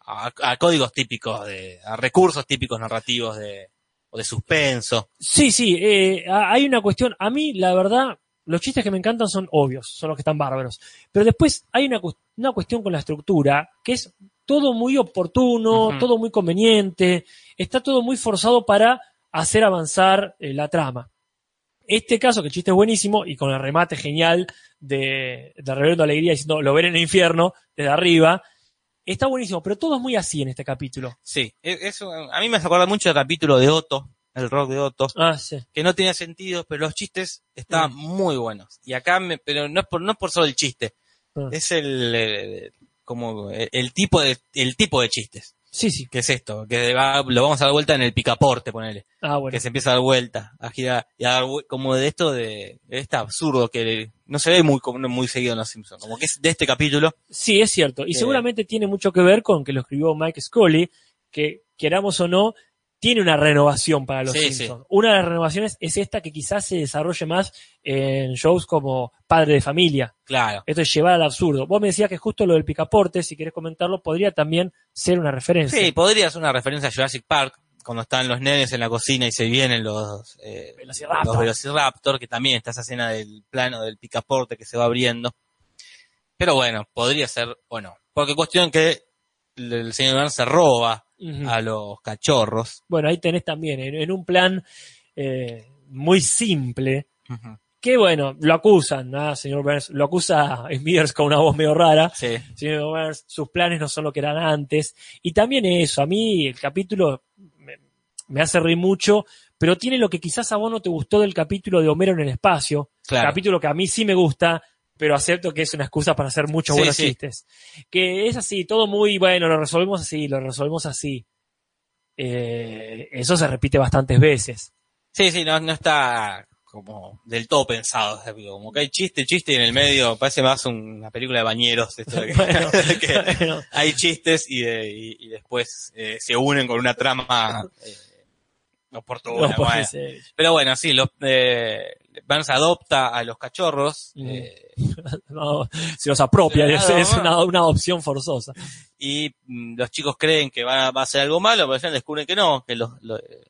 a, a códigos típicos de, a recursos típicos narrativos de, o de suspenso.
Sí, sí, eh, a- hay una cuestión. A mí, la verdad, los chistes que me encantan son obvios, son los que están bárbaros. Pero después hay una, cus- una cuestión con la estructura que es todo muy oportuno,
Ujú.
todo muy conveniente, está todo muy forzado para hacer avanzar eh, la trama. Este caso, que el chiste es buenísimo, y con el remate genial de, de Reverendo Alegría diciendo, lo veré en el infierno, desde arriba, está buenísimo, pero todo es muy así en este capítulo.
Sí, e- eso a mí me hace acordar mucho el capítulo de Otto, el rock de Otto.
Ah, sí.
que no tenía sentido, pero los chistes estaban
Mm.
muy buenos. Y acá, me, pero no es por, no es por solo el chiste,
Ah.
es el, eh, como eh, el tipo de, el tipo de chistes.
Sí, sí.
¿Qué es esto? Que va- lo vamos a dar vuelta en el picaporte, ponele.
Ah, bueno.
Que se empieza a dar vuelta, a girar, y a dar vue- como de esto de, de este absurdo que le- no se ve muy, com- muy seguido en los Simpsons. Como que es de este capítulo.
Sí, es cierto. Y
Eh.
seguramente tiene mucho que ver con que lo escribió Mike Scully, que queramos o no, tiene una renovación para los
Sí,
Simpsons. Una de las renovaciones es esta que quizás se desarrolle más en shows como Padre de Familia.
Claro.
Esto es llevar al absurdo. Vos me decías que justo lo del picaporte, si querés comentarlo, podría también ser una referencia.
Sí, podría ser una referencia a Jurassic Park, cuando están los nenes en la cocina y se vienen los, eh,
Velociraptor.
los Velociraptor, que también está esa escena del plano del picaporte que se va abriendo. Pero bueno, podría ser o no. Porque cuestión que el- el señor Burns se roba
Ujú.
a los cachorros.
Bueno, ahí tenés también, en, en un plan eh, muy simple, que bueno, lo acusan, ¿no? señor Burns, lo acusa Smithers con una voz medio rara,
Sí.
señor Burns, sus planes no son lo que eran antes, y también eso, a mí el capítulo me, me hace reír mucho, pero tiene lo que quizás a vos no te gustó del capítulo de Homero en el espacio,
Claro.
capítulo que a mí sí me gusta, pero acepto que es una excusa para hacer muchos
Sí,
buenos
sí.
chistes. Que es así, todo muy bueno, lo resolvemos así, lo resolvemos así. Eh, eso se repite bastantes veces.
Sí, sí, no, no está como del todo pensado. o sea, digo, Como que hay chiste, chiste y en el medio parece más un- una película de bañeros. Esto de
Bueno,
que, que
bueno,
hay chistes y, de- y- y después eh, se unen con una trama eh, oportuna.
no
bueno.
puede ser.
Pero bueno, sí, los, eh, Vance adopta a los cachorros
Mm.
eh,
No, se los apropia, es,
Claro,
es una, una adopción forzosa.
y mm, los chicos creen que va, va a ser algo malo, pero al final descubren que no, que los, lo- eh,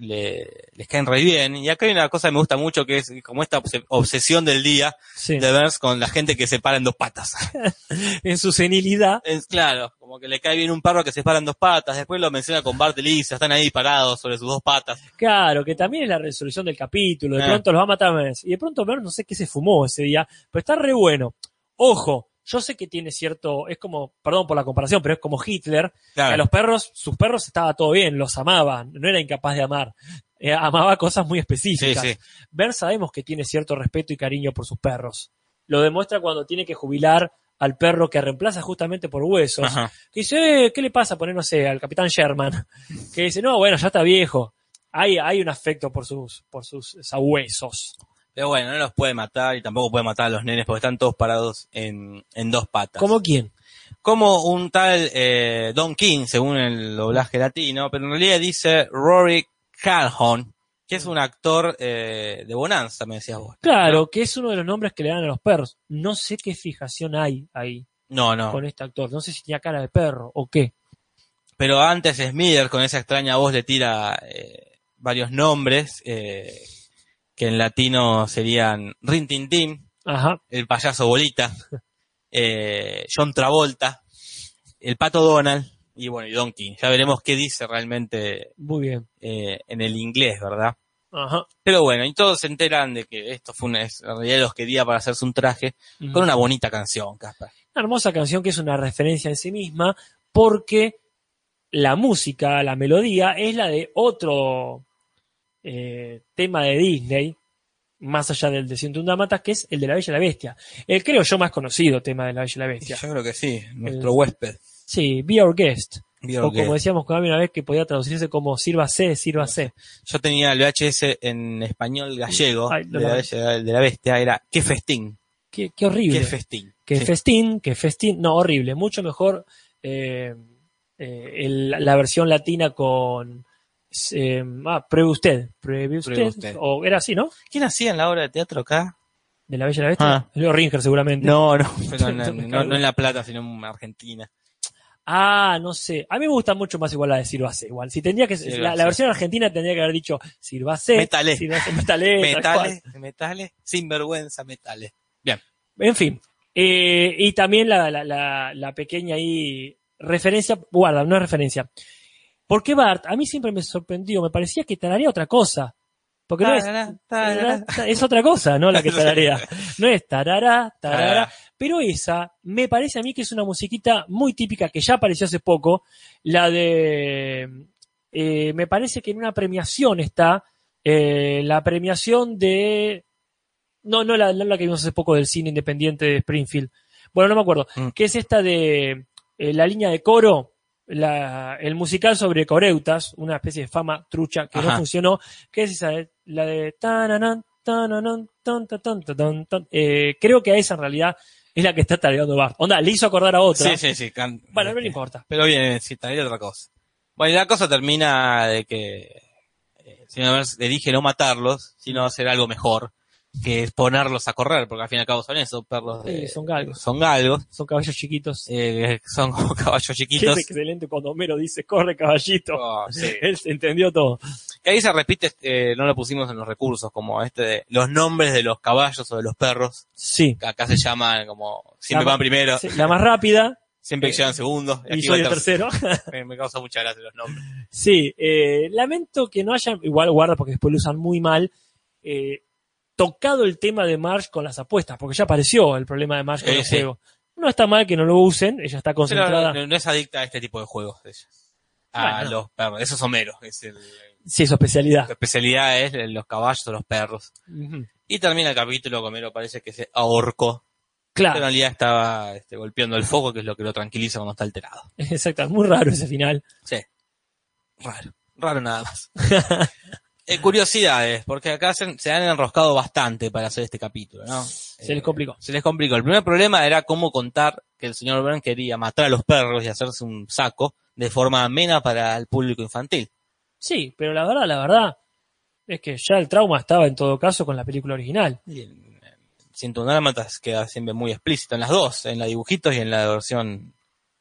le- les caen re bien. Y acá hay una cosa que me gusta mucho, que es como esta obse- obsesión del día
Sí.
de Burns con la gente que se para en dos patas.
En su senilidad,
Es claro, como que le cae bien un perro que se para en dos patas, después lo menciona con Bart y Lisa, están ahí parados sobre sus dos patas.
claro, que también es la resolución del capítulo. De
Ah.
pronto los va a matar Burns. Y de pronto Burns no sé qué se fumó ese día, pero está re bueno. Ojo, yo sé que tiene cierto, es como, perdón por la comparación, pero es como Hitler, A
Claro,
los perros, sus perros estaba todo bien, los amaba, no era incapaz de amar. Eh, amaba cosas muy
sí,
específicas.
sí,
Ver sabemos que tiene cierto respeto y cariño por sus perros. Lo demuestra cuando tiene que jubilar al perro que reemplaza justamente por huesos.
ajá,
Que dice, "Eh, ¿qué le pasa? Poner, no sé, al capitán Sherman. Que dice, no, bueno, ya está viejo. Hay, hay un afecto por sus, por sus sabuesos.
Pero bueno, no los puede matar y tampoco puede matar a los nenes porque están todos parados en, en dos patas.
¿Como quién?
Como un tal eh, Don King, según el doblaje latino, pero en realidad dice Rory Calhoun, que es un actor eh, de Bonanza, me decías vos.
Claro, que es uno de los nombres que le dan a los perros. No sé qué fijación hay ahí
No, no.
con este actor. No sé si tenía cara de perro o qué.
Pero antes Smithers con esa extraña voz le tira eh, varios nombres, eh, que en latino serían Rintintín,
Ajá.
el payaso Bolita, eh, John Travolta, el pato Donald y bueno, y Don King. Ya veremos qué dice realmente
Muy bien.
eh, en el inglés, ¿verdad?
Ajá.
Pero bueno, y todos se enteran de que esto fue una, es- en realidad los quería para hacerse un traje
Ujú.
con una bonita canción, Casper.
Una hermosa canción que es una referencia en sí misma porque la música, la melodía es la de otro eh, tema de Disney, más allá del de 101 Dálmatas, que es el de la Bella y la Bestia. El creo yo más conocido tema de la Bella y la Bestia.
creo que sí,
nuestro
huésped.
Sí, Be Our Guest. o como decíamos con Ami una vez que podía traducirse como sírvase, sírvase.
Yo tenía el VHS en español gallego
Ay, lo
de, la,
lamento.
Bella- de la bestia, era qué festín,
Qué, qué horrible.
qué festín.
que
Sí.
festín, que festín, no, horrible, mucho mejor eh, eh, el- la versión latina con eh, ah, pruebe usted, pruebe usted,
Pruebe usted.
o era así, ¿no?
¿Quién hacía en la obra de teatro acá?
De la Bella y la Bestia,
Ah.
Leo Ringer seguramente.
No, no, pero no,
No me
no-
cago.
no en La Plata, sino en Argentina.
Ah, no sé. A mí me gusta mucho más igual la de Sirvase, igual. Si tendría que
Sirvase.
la, la versión argentina tendría que haber dicho Sirvase,
Metale.
Sirvase, metale, tal
Metales, metales, sinvergüenza, metales.
En fin. Eh, y también la, la- la- la pequeña ahí referencia, guarda, no es referencia. Porque Bart, a mí siempre me sorprendió, me parecía que tararía otra cosa. Porque no es,
Tarará, tarará.
es otra cosa, ¿no? La que tararea. No es tarará, tarará.
Tarará.
Pero esa me parece a mí que es una musiquita muy típica que ya apareció hace poco. La de. eh, me parece que en una premiación está. eh, la premiación de. No, no la, no la que vimos hace poco del cine independiente de Springfield. Bueno, no me acuerdo.
Mm.
Que es esta de. eh, la línea de coro. la- el musical sobre coreutas, una especie de fama trucha que no
Ajá.
funcionó, que es esa, de- la de tananán, tananán, tan, tan, tan, tan, tan, tan. Eh, creo que a esa en realidad es la que está tarareando Bart. Onda, le hizo acordar a otra.
Sí, sí, sí. can-
Bueno, no le importa.
Pero bien, sí, también otra cosa. Bueno, y la cosa termina de que eh, el señor Burns elige no matarlos, sino hacer algo mejor, que es ponerlos a correr, porque al fin y al cabo son eso, perros de-
Sí, Eh, son galgos,
son galgos,
son caballos chiquitos.
eh, son como caballos
Que es
chiquitos.
excelente cuando Homero dice, corre caballito.
Oh, sí.
Él se entendió todo.
Que ahí se repite, eh, no lo pusimos en los recursos, como este de los nombres de los caballos o de los perros,
Sí.
que acá se llaman como, siempre
La-
van primero,
Sí, La más rápida
siempre llegan segundos,
y soy el tercero.
Me, me causa mucha gracia los nombres.
Sí, eh, lamento que no hayan, igual guarda porque después lo usan muy mal, eh, tocado el tema de Marge con las apuestas, porque ya apareció el problema de Marge con
Eh,
el
sí.
juego. No está mal que no lo usen, ella está
Pero
concentrada.
no, no es adicta a este tipo de juegos. ella. A
Bueno.
los perros. Eso es Homero. Es el,
Sí, es su
su
especialidad.
especialidad es los caballos o los perros.
Ujú.
Y termina el capítulo, Homero parece que se ahorcó. En
Claro,
realidad estaba este, golpeando el foco, que es lo que lo tranquiliza cuando está alterado.
exacto, es muy raro ese final.
Sí. Raro. Raro nada más. Eh, curiosidades, porque acá se, se han enroscado bastante para hacer este capítulo, ¿no?
Se
Eh,
les complicó.
Se les complicó. El primer problema era cómo contar que el señor Burns quería matar a los perros y hacerse un saco de forma amena para el público infantil.
Sí, pero la verdad, la verdad, es que ya el trauma estaba en todo caso con la película original.
Y el, eh, 101 Dálmatas queda siempre muy explícito en las dos, en la de dibujitos y en la versión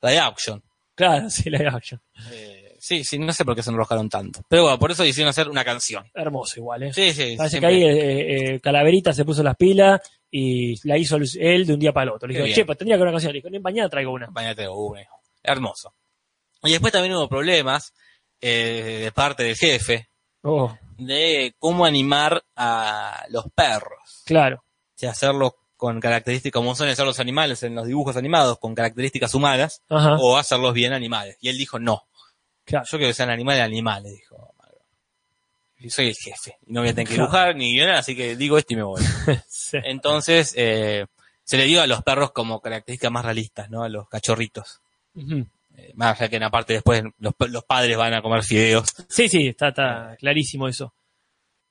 live action.
Claro, sí, la action.
Eh, sí, sí, no sé por qué se enroscaron tanto. Pero bueno, por eso decidieron hacer una canción.
Hermoso igual, ¿eh?
Sí, sí,
Parece que
siempre.
ahí eh, eh, Calaverita se puso las pilas y la hizo él de un día para el otro. Le
Qué
dijo,
bien.
che, pues tendría que haber una canción. Le dijo, "No, mañana traigo una.
Bañate de ubre. Hermoso. Y después también hubo problemas eh, de parte del jefe
Oh,
de cómo animar a los perros.
claro.
O sea, hacerlos con características, como suelen ser los animales en los dibujos animados, con características humanas,
Ajá.
o hacerlos bien animales. Y él dijo, no,
Claro.
yo quiero que sean animales animales, dijo Magro. Yo soy el jefe, y no voy a tener que
Claro.
dibujar ni guionar, así que digo esto y me voy.
Sí.
Entonces, eh, se le dio a los perros como características más realistas, ¿no? A los cachorritos.
Ujú.
Eh, más allá que en aparte después los, los padres van a comer fideos.
Sí, sí, está, está clarísimo eso.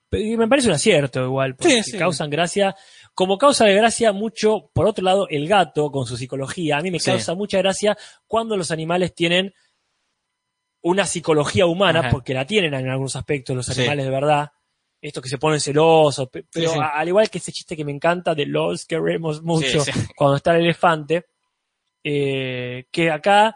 Pero y me parece un acierto igual, porque
Sí, sí.
causan gracia. Como causa de gracia mucho, por otro lado, el gato con su psicología. A mí me
Sí.
causa mucha gracia cuando los animales tienen una psicología humana,
Ajá.
porque la tienen en algunos aspectos los
Sí.
animales de verdad. Estos que se ponen celosos, pe- pero
sí.
a- al igual que ese chiste que me encanta de los queremos mucho
Sí, sí.
cuando está el elefante, eh, que acá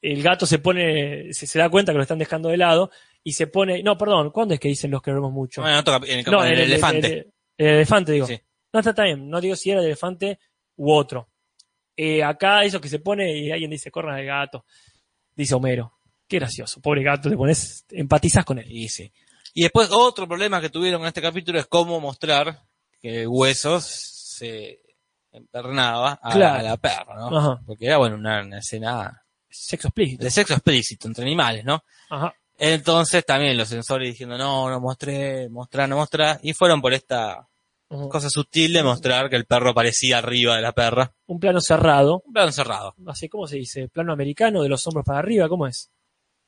el gato se pone, se, se da cuenta que lo están dejando de lado y se pone, no, perdón, ¿cuándo es que dicen los queremos mucho?
Bueno, en otro cap- en el, cap-
no,
en el elefante.
El, el elefante, digo.
Sí.
No está, está bien, no digo si era el elefante u otro. Eh, acá eso que se pone y alguien dice, corran al gato, dice Homero. Qué gracioso, pobre gato, te pones, empatizas con él.
Y sí. Y después otro problema que tuvieron en este capítulo es cómo mostrar que Huesos se empernaba a,
Claro. Ah.
a la perra, ¿no?
Ajá,
Porque era, bueno, una, una escena
sexo explícito.
de sexo explícito entre animales, ¿no?
Ajá,
Entonces también los sensores diciendo, no, no mostré, mostrá, no mostrá. Y fueron por esta
ajá.
cosa sutil de mostrar que el perro parecía arriba de la perra.
Un plano cerrado,
Un plano cerrado.
así, ¿cómo se dice? Plano americano, de los hombros para arriba, ¿cómo es?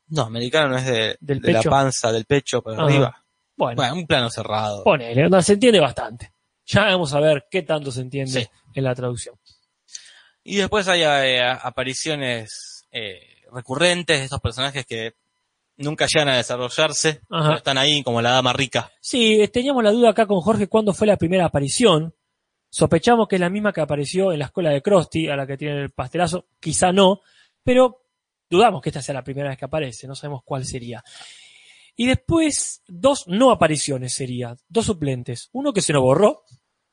No, americano no es de,
Del
de la
pecho. Ah.
panza, del pecho para
Ajá.
arriba.
Bueno,
Bueno, un plano cerrado.
ponele, no, se entiende bastante. Ya vamos a ver qué tanto se entiende
Sí.
en la traducción.
Y después hay eh, apariciones eh, recurrentes de estos personajes que nunca llegan a desarrollarse,
Ajá.
pero están ahí como la dama rica.
Sí, eh, teníamos la duda acá con Jorge cuándo fue la primera aparición. Sospechamos que es la misma que apareció en la escuela de Krusty, a la que tiene el pastelazo, quizá no, pero dudamos que esta sea la primera vez que aparece, no sabemos cuál sería. Y después, dos no apariciones sería, dos suplentes. Uno que se nos borró,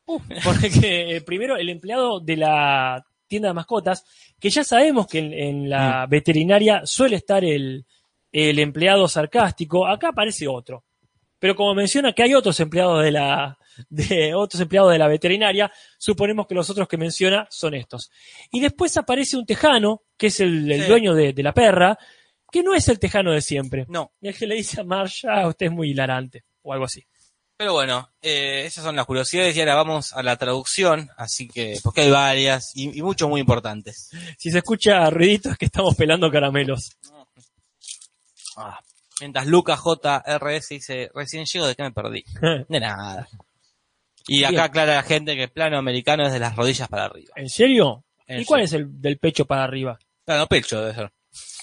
porque eh, primero el empleado de la tienda de mascotas, que ya sabemos que en, en la veterinaria suele estar el, el empleado sarcástico, acá aparece otro pero como menciona que hay otros empleados de la de otros empleados de la veterinaria, suponemos que los otros que menciona son estos. Y después aparece un tejano, que es el, el
Sí.
dueño de, de la perra, que no es el tejano de siempre.
No,
Y el que le dice a Marsha, usted es muy hilarante, o algo así.
pero bueno, eh, esas son las curiosidades y ahora vamos a la traducción, así que, porque hay varias y, y mucho muy importantes.
Si se escucha ruidito es que estamos pelando caramelos.
Ah. Mientras Lucas JRS dice, recién llego, ¿de qué me perdí? De nada. Y
Bien.
acá aclara la gente que el plano americano es de las rodillas para arriba.
¿En serio? ¿Y
Eso.
cuál es el del pecho para arriba?
Plano pecho debe ser.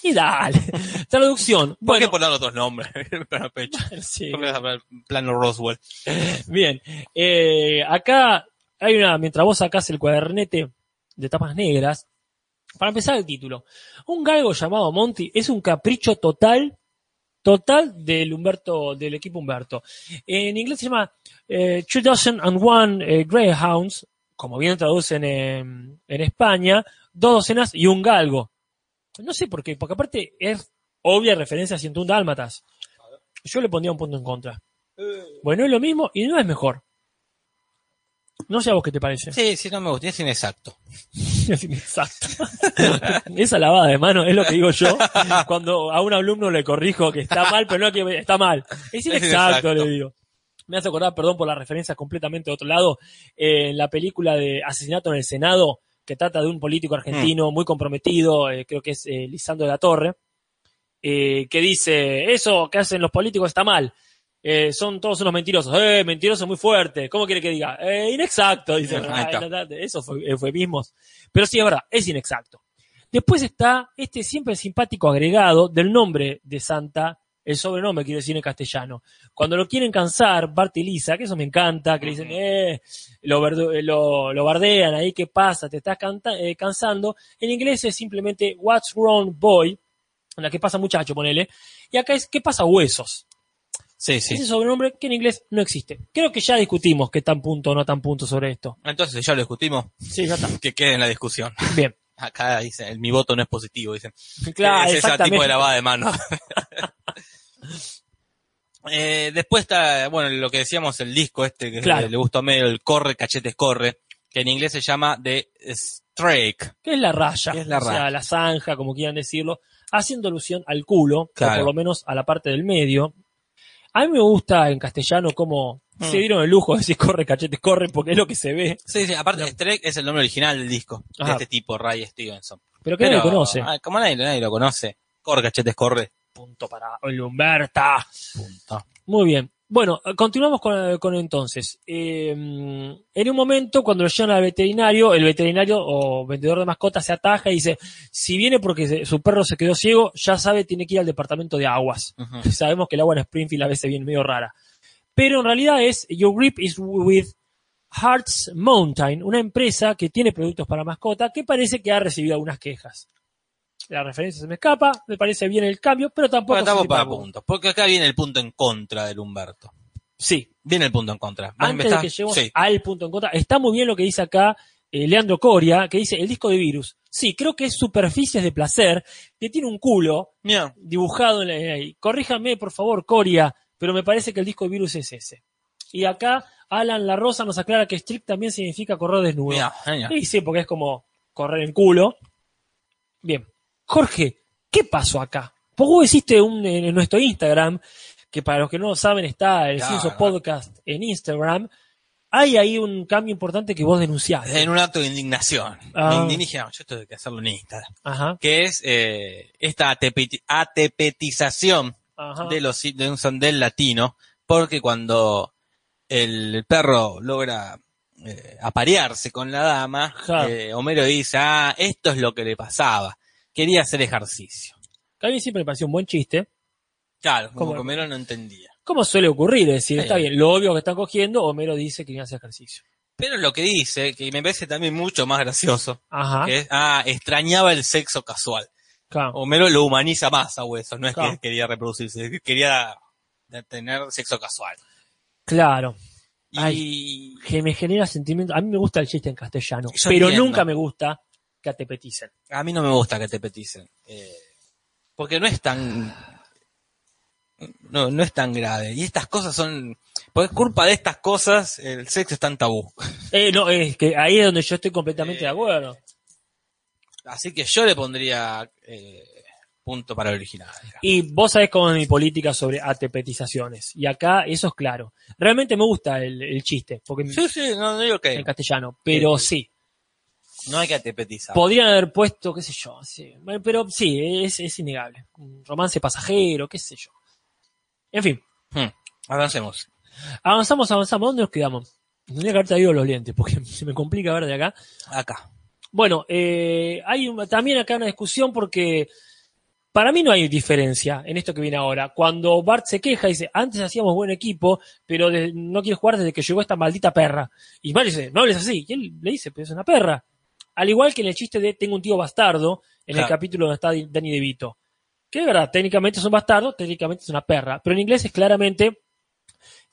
Y dale. Traducción.
¿Por qué
Bueno,
poner otros nombres? plano pecho.
sí.
¿Por qué vas a poner plano Roswell?
Bien, eh, acá hay una, mientras vos sacás el cuadernete de tapas negras, para empezar el título, un galgo llamado Monty es un capricho total, total del Humberto, del equipo Humberto. En inglés se llama eh, 2001 eh, Greyhounds, como bien traducen en, en España, dos docenas y un galgo. No sé por qué, porque aparte es obvia referencia a 101 Dálmatas. Yo le pondría un punto en contra. Bueno, es lo mismo y no es mejor. No sé a vos qué te parece.
Sí, sí, no me gusta, es inexacto.
Es inexacto. Esa lavada de mano es lo que digo yo cuando a un alumno le corrijo que está mal, pero no que está mal. Es inexacto,
inexacto.
le digo. Me hace acordar, perdón por las referencias completamente de otro lado, eh, en la película de Asesinato en el Senado, que trata de un político argentino muy comprometido, eh, creo que es eh, Lisandro de la Torre, eh, que dice, eso que hacen los políticos está mal. Eh, son todos unos mentirosos. Eh, mentiroso muy fuerte. ¿Cómo quiere que diga? Eh, inexacto. Dice. Ah,
Ahí está.
Ay, la, la, Eso fue eufemismos. Pero sí, es verdad, es inexacto. Después está este siempre simpático agregado del nombre de Santa, el sobrenombre, quiero decir en castellano. Cuando lo quieren cansar, Bart y Lisa, que eso me encanta, que le dicen, eh, lo, verdu- eh, lo, lo bardean ahí, ¿qué pasa? Te estás canta- eh, cansando. En inglés es simplemente What's Wrong Boy, en la que pasa muchacho, ponele. Y acá es ¿Qué pasa huesos?
Sí, sí.
Ese sobrenombre que en inglés no existe. Creo que ya discutimos qué tan punto o no tan punto sobre esto.
Entonces ya lo discutimos,
Sí, ya está.
que quede en la discusión.
Bien.
Acá dicen, el- mi voto no es positivo, dicen.
Claro,
es ese
exactamente.
tipo de lavada de mano. Eh, después está, bueno, lo que decíamos, el disco este que
Claro.
le gustó a medio, el corre, cachetes, corre, que en inglés se llama The Strike.
¿Qué es la raya?
¿Qué es la
o sea,
raya?
la zanja, como quieran decirlo, haciendo alusión al culo, o
Claro.
por lo menos a la parte del medio. A mí me gusta en castellano cómo
Mm.
se dieron el lujo de decir corre, cachetes, corre, porque es lo que se ve,
Sí, sí, aparte Strike es el nombre original del disco,
Ajá.
de este tipo, Ray Stevenson.
pero que no nadie conoce.
ah, como nadie, nadie lo conoce, corre, cachetes, corre.
Punto para Humberta.
Punto.
Muy bien. Bueno, eh, continuamos con, con entonces. Eh, en un momento, cuando lo llevan al veterinario, el veterinario o vendedor de mascotas se ataja y dice, si viene porque se- su perro se quedó ciego, ya sabe, tiene que ir al departamento de aguas.
Ujú.
sabemos que el agua en Springfield a veces viene medio rara. Pero en realidad es Your Grip is with Hearts Mountain, una empresa que tiene productos para mascota que parece que ha recibido algunas quejas. La referencia se me escapa, me parece bien el cambio, pero tampoco.
Bueno, estamos
se
para
pago.
puntos, porque acá viene el punto en contra del Humberto.
Sí,
Viene el punto en contra. ¿Vos me
antes de
estás-
que lleguemos
Sí.
al punto en contra, está muy bien lo que dice acá eh, Leandro Coria, que dice el disco de virus. Sí, creo que es superficies de placer, que tiene un culo,
Mira,
dibujado en la- en ahí. Corríjame, por favor, Coria, pero me parece que el disco de virus es ese. Y acá Alan La Rosa nos aclara que strip también significa correr desnudo.
mira, mira.
Y sí, porque es como correr en culo. Bien. Jorge, ¿qué pasó acá? Porque vos hiciste un, en, en nuestro Instagram, que para los que no lo saben está el
Claro.
Cinso Podcast en Instagram. Hay ahí un cambio importante que vos ¿eh? denunciaste.
en un acto de indignación.
Ah.
Me indigné, dije, no, yo esto hay que hacerlo en Instagram.
Ajá,
Que es eh, esta atepeti- atepetización
ajá.
de, los, de un sondel latino, porque cuando el perro logra eh, aparearse con la dama,
Claro.
eh, Homero dice, ah, esto es lo que le pasaba. Quería hacer ejercicio.
Que A mí siempre me pareció un buen chiste.
Claro, como
¿Cómo?
que Homero no entendía.
como suele ocurrir, es decir,
Sí.
está bien, lo obvio que están cogiendo, Homero dice que hace ejercicio.
Pero lo que dice, que me parece también mucho más gracioso,
Ajá,
que es, ah, extrañaba el sexo casual.
claro.
Homero lo humaniza más a Huesos, no es
Claro.
que quería reproducirse, es que quería tener sexo casual.
claro,
Y
que me genera sentimiento. A mí me gusta el chiste en castellano,
Yo
pero
entiendo.
nunca me gusta que te peticen.
a mí no me gusta que te peticen, eh, porque no es tan... No, no es tan grave. Y estas cosas son... Por culpa de estas cosas, el sexo es tan tabú.
Eh, no, es que ahí es donde yo estoy completamente
Eh,
de acuerdo.
Así que yo le pondría eh, punto para el original.
Y vos sabés cómo es mi política sobre atepetizaciones. Y acá eso es claro. Realmente me gusta el, el chiste, porque
Sí, sí, no, no digo que
en castellano, pero
Sí.
sí.
no hay que atepetizar.
Podrían haber puesto, qué sé yo, sí. Bueno, pero sí, es, es innegable. Un romance pasajero, qué sé yo. En fin,
Hmm, avancemos.
avanzamos, avanzamos. ¿Dónde nos quedamos? Tendría que haber traído los lentes, porque se me complica ver de acá.
Acá.
Bueno, eh, hay una- también acá una discusión porque para mí no hay diferencia en esto que viene ahora. Cuando Bart se queja, dice, antes hacíamos buen equipo, pero de- no quiero jugar desde que llegó esta maldita perra. Y Bart dice, no hables así. Y él le dice, pero es una perra. Al igual que en el chiste de Tengo un tío bastardo, en el
Claro.
capítulo donde está Di- Danny DeVito. Que es verdad, técnicamente es un bastardo, técnicamente es una perra. Pero en inglés es claramente,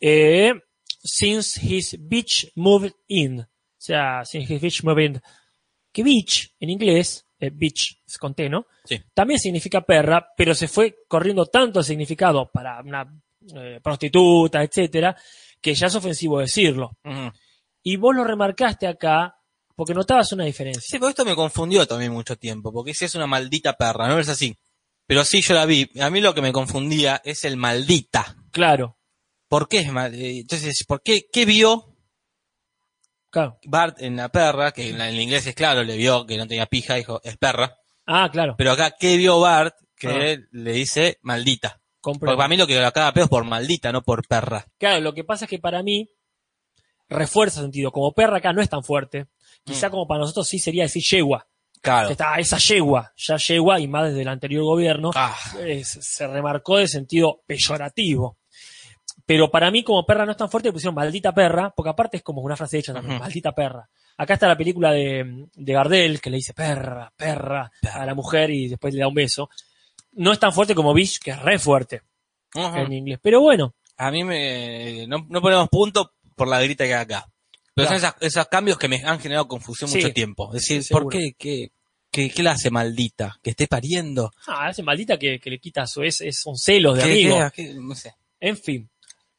eh, since his bitch moved in. O sea, since his bitch moved in. Que bitch, en inglés, eh, bitch, es con T, ¿no?
Sí.
También significa perra, pero se fue corriendo tanto el significado para una eh, prostituta, etcétera, que ya es ofensivo decirlo.
Ujú.
Y vos lo remarcaste acá porque notabas una diferencia.
Sí, pero esto me confundió también mucho tiempo, porque si es una maldita perra, no es así. Pero sí, yo la vi. A mí lo que me confundía es el maldita.
Claro,
¿Por qué es mal? eh, Entonces, ¿por qué, qué vio
claro.
Bart en la perra? Que en, la- en el inglés es claro, le vio que no tenía pija, dijo, es perra.
Ah, claro.
Pero acá, ¿qué vio Bart? Que
Ah.
le dice maldita.
compruebo.
Porque para mí lo que lo acaba peor es por maldita, no por perra.
Claro, lo que pasa es que para mí refuerza sentido. Como perra acá no es tan fuerte. Quizá
Mm.
como para nosotros sí sería decir yegua.
Claro.
Está esa yegua, ya yegua y más desde el anterior gobierno.
Ah,
es- se remarcó de sentido peyorativo. Pero para mí, como perra no es tan fuerte, le pusieron maldita perra, porque aparte es como una frase hecha también,
Ujú.
maldita perra. Acá está la película de, de Gardel, que le dice perra, perra
Perra.
a la mujer y después le da un beso. No es tan fuerte como Bish, que es re fuerte
ujú.
en inglés. Pero bueno,
A mí me, no, no ponemos punto por la grita que hay acá. Pero
Claro.
son esas- esos cambios que me han generado confusión
Sí.
mucho tiempo. Es decir,
Sí,
¿por
seguro.
qué? ¿Qué, qué, qué la hace maldita? ¿Que esté pariendo?
ah, ese maldita que, que le quita su es, es- son celos de
¿Qué-
amigo.
qué- qué- no sé.
En fin.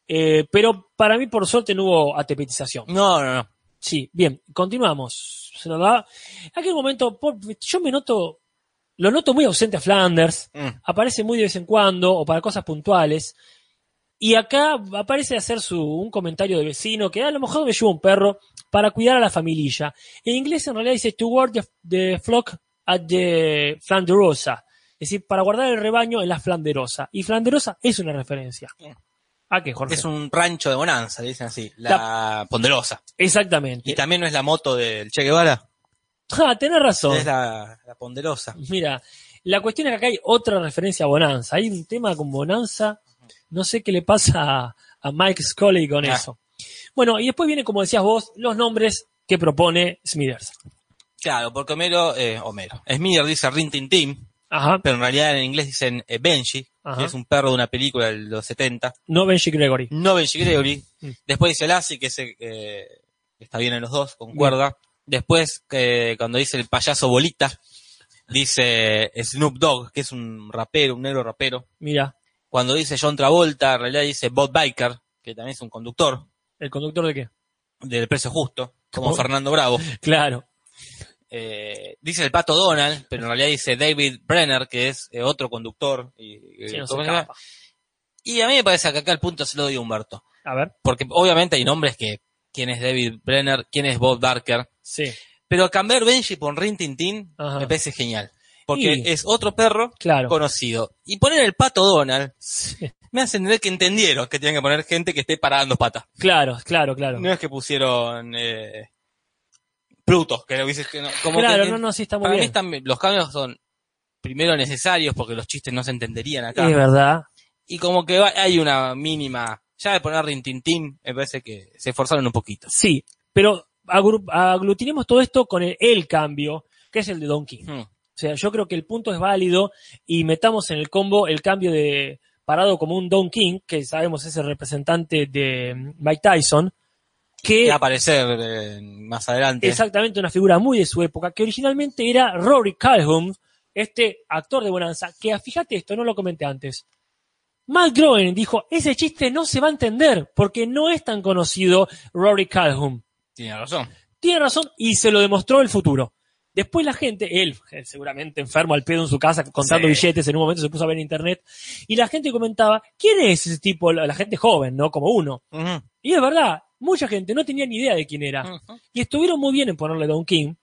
Eh, pero para mí, por suerte, no hubo atepetización.
No, no, no.
Sí, bien, continuamos. Se nos va. En aquel momento, por- yo me noto, lo noto muy ausente a Flanders,
Mm.
aparece muy de vez en cuando o para cosas puntuales. Y acá aparece a hacer su, un comentario de vecino que a lo mejor me lleva un perro para cuidar a la familia. En inglés en realidad dice to guard the, the flock at the Flanderosa. Es decir, para guardar el rebaño en la Flanderosa. Y Flanderosa es una referencia. ¿A qué, Jorge?
Es un rancho de bonanza, le dicen así. La, ponderosa.
Exactamente.
Y también no es la moto del Che Guevara.
Ah, tenés razón.
Es la, la ponderosa.
Mira, la cuestión es que acá hay otra referencia a Bonanza. Hay un tema con Bonanza. No sé qué le pasa a, a Mike Scully con
Ah.
eso. Bueno, y después viene, como decías vos, los nombres que propone Smithers.
Claro, porque Homero, eh, Homero. Smear dice Rin Tin Tin,
Ajá,
pero en realidad en inglés dicen eh, Benji,
Ajá.
que es un perro de una película de los 70.
no Benji Gregory.
No Benji Gregory.
Mm.
Después dice Lassie, que ese, eh, está bien en los dos, concuerda. Después, eh, cuando dice el payaso bolita, dice Snoop Dogg, que es un rapero, un negro rapero.
Mira,
Cuando dice John Travolta, en realidad dice Bob Biker, que también es un conductor
¿el conductor de qué?
del precio justo, como
¿Cómo?
Fernando Bravo.
Claro,
Eh, dice el pato Donald, pero en realidad dice David Brenner, que es eh, otro conductor. Y,
se
eh,
nos
¿cómo se llama?
escapa.
y a mí me parece que acá el punto se lo doy a Humberto.
A ver,
Porque obviamente hay nombres que quién es David Brenner, quién es Bob Barker.
sí,
Pero cambiar Benji por Rin Tin Tin
Ajá.
me parece genial. Porque
Y-
es otro perro
claro.
conocido. Y poner el pato Donald
Sí,
me hace entender que entendieron que tienen que poner gente que esté parando patas.
Claro, claro, claro.
No es que pusieron eh, Pluto, que lo dices que no. Como
Claro,
que,
no, no, sí está muy
para mí
bien.
están- los cambios son primero necesarios porque los chistes no se entenderían acá.
Es verdad.
Y como que va- hay una mínima. Ya de poner Rintintín, me parece que se esforzaron un poquito.
Sí, pero agru- aglutinemos todo esto con el, el cambio, que es el de Don King.
Hmm.
O sea, yo creo que el punto es válido y metamos en el combo el cambio de parado como un Don King, que sabemos es el representante de mm, Mike Tyson,
Que
que
va a aparecer eh, más adelante.
exactamente una figura muy de su época, que originalmente era Rory Calhoun, este actor de Bonanza, que ah, fíjate esto, no lo comenté antes. Matt Groening dijo, ese chiste no se va a entender porque no es tan conocido Rory Calhoun.
Tiene razón.
Tiene razón y se lo demostró el futuro. Después la gente, él, él seguramente enfermo al pedo en su casa contando
Sí.
billetes, en un momento se puso a ver en internet, y la gente comentaba, ¿quién es ese tipo? La la gente joven, ¿no? Como uno.
Ujú,
Y es verdad, mucha gente no tenía ni idea de quién era.
ujú.
Y estuvieron muy bien en ponerle Don King,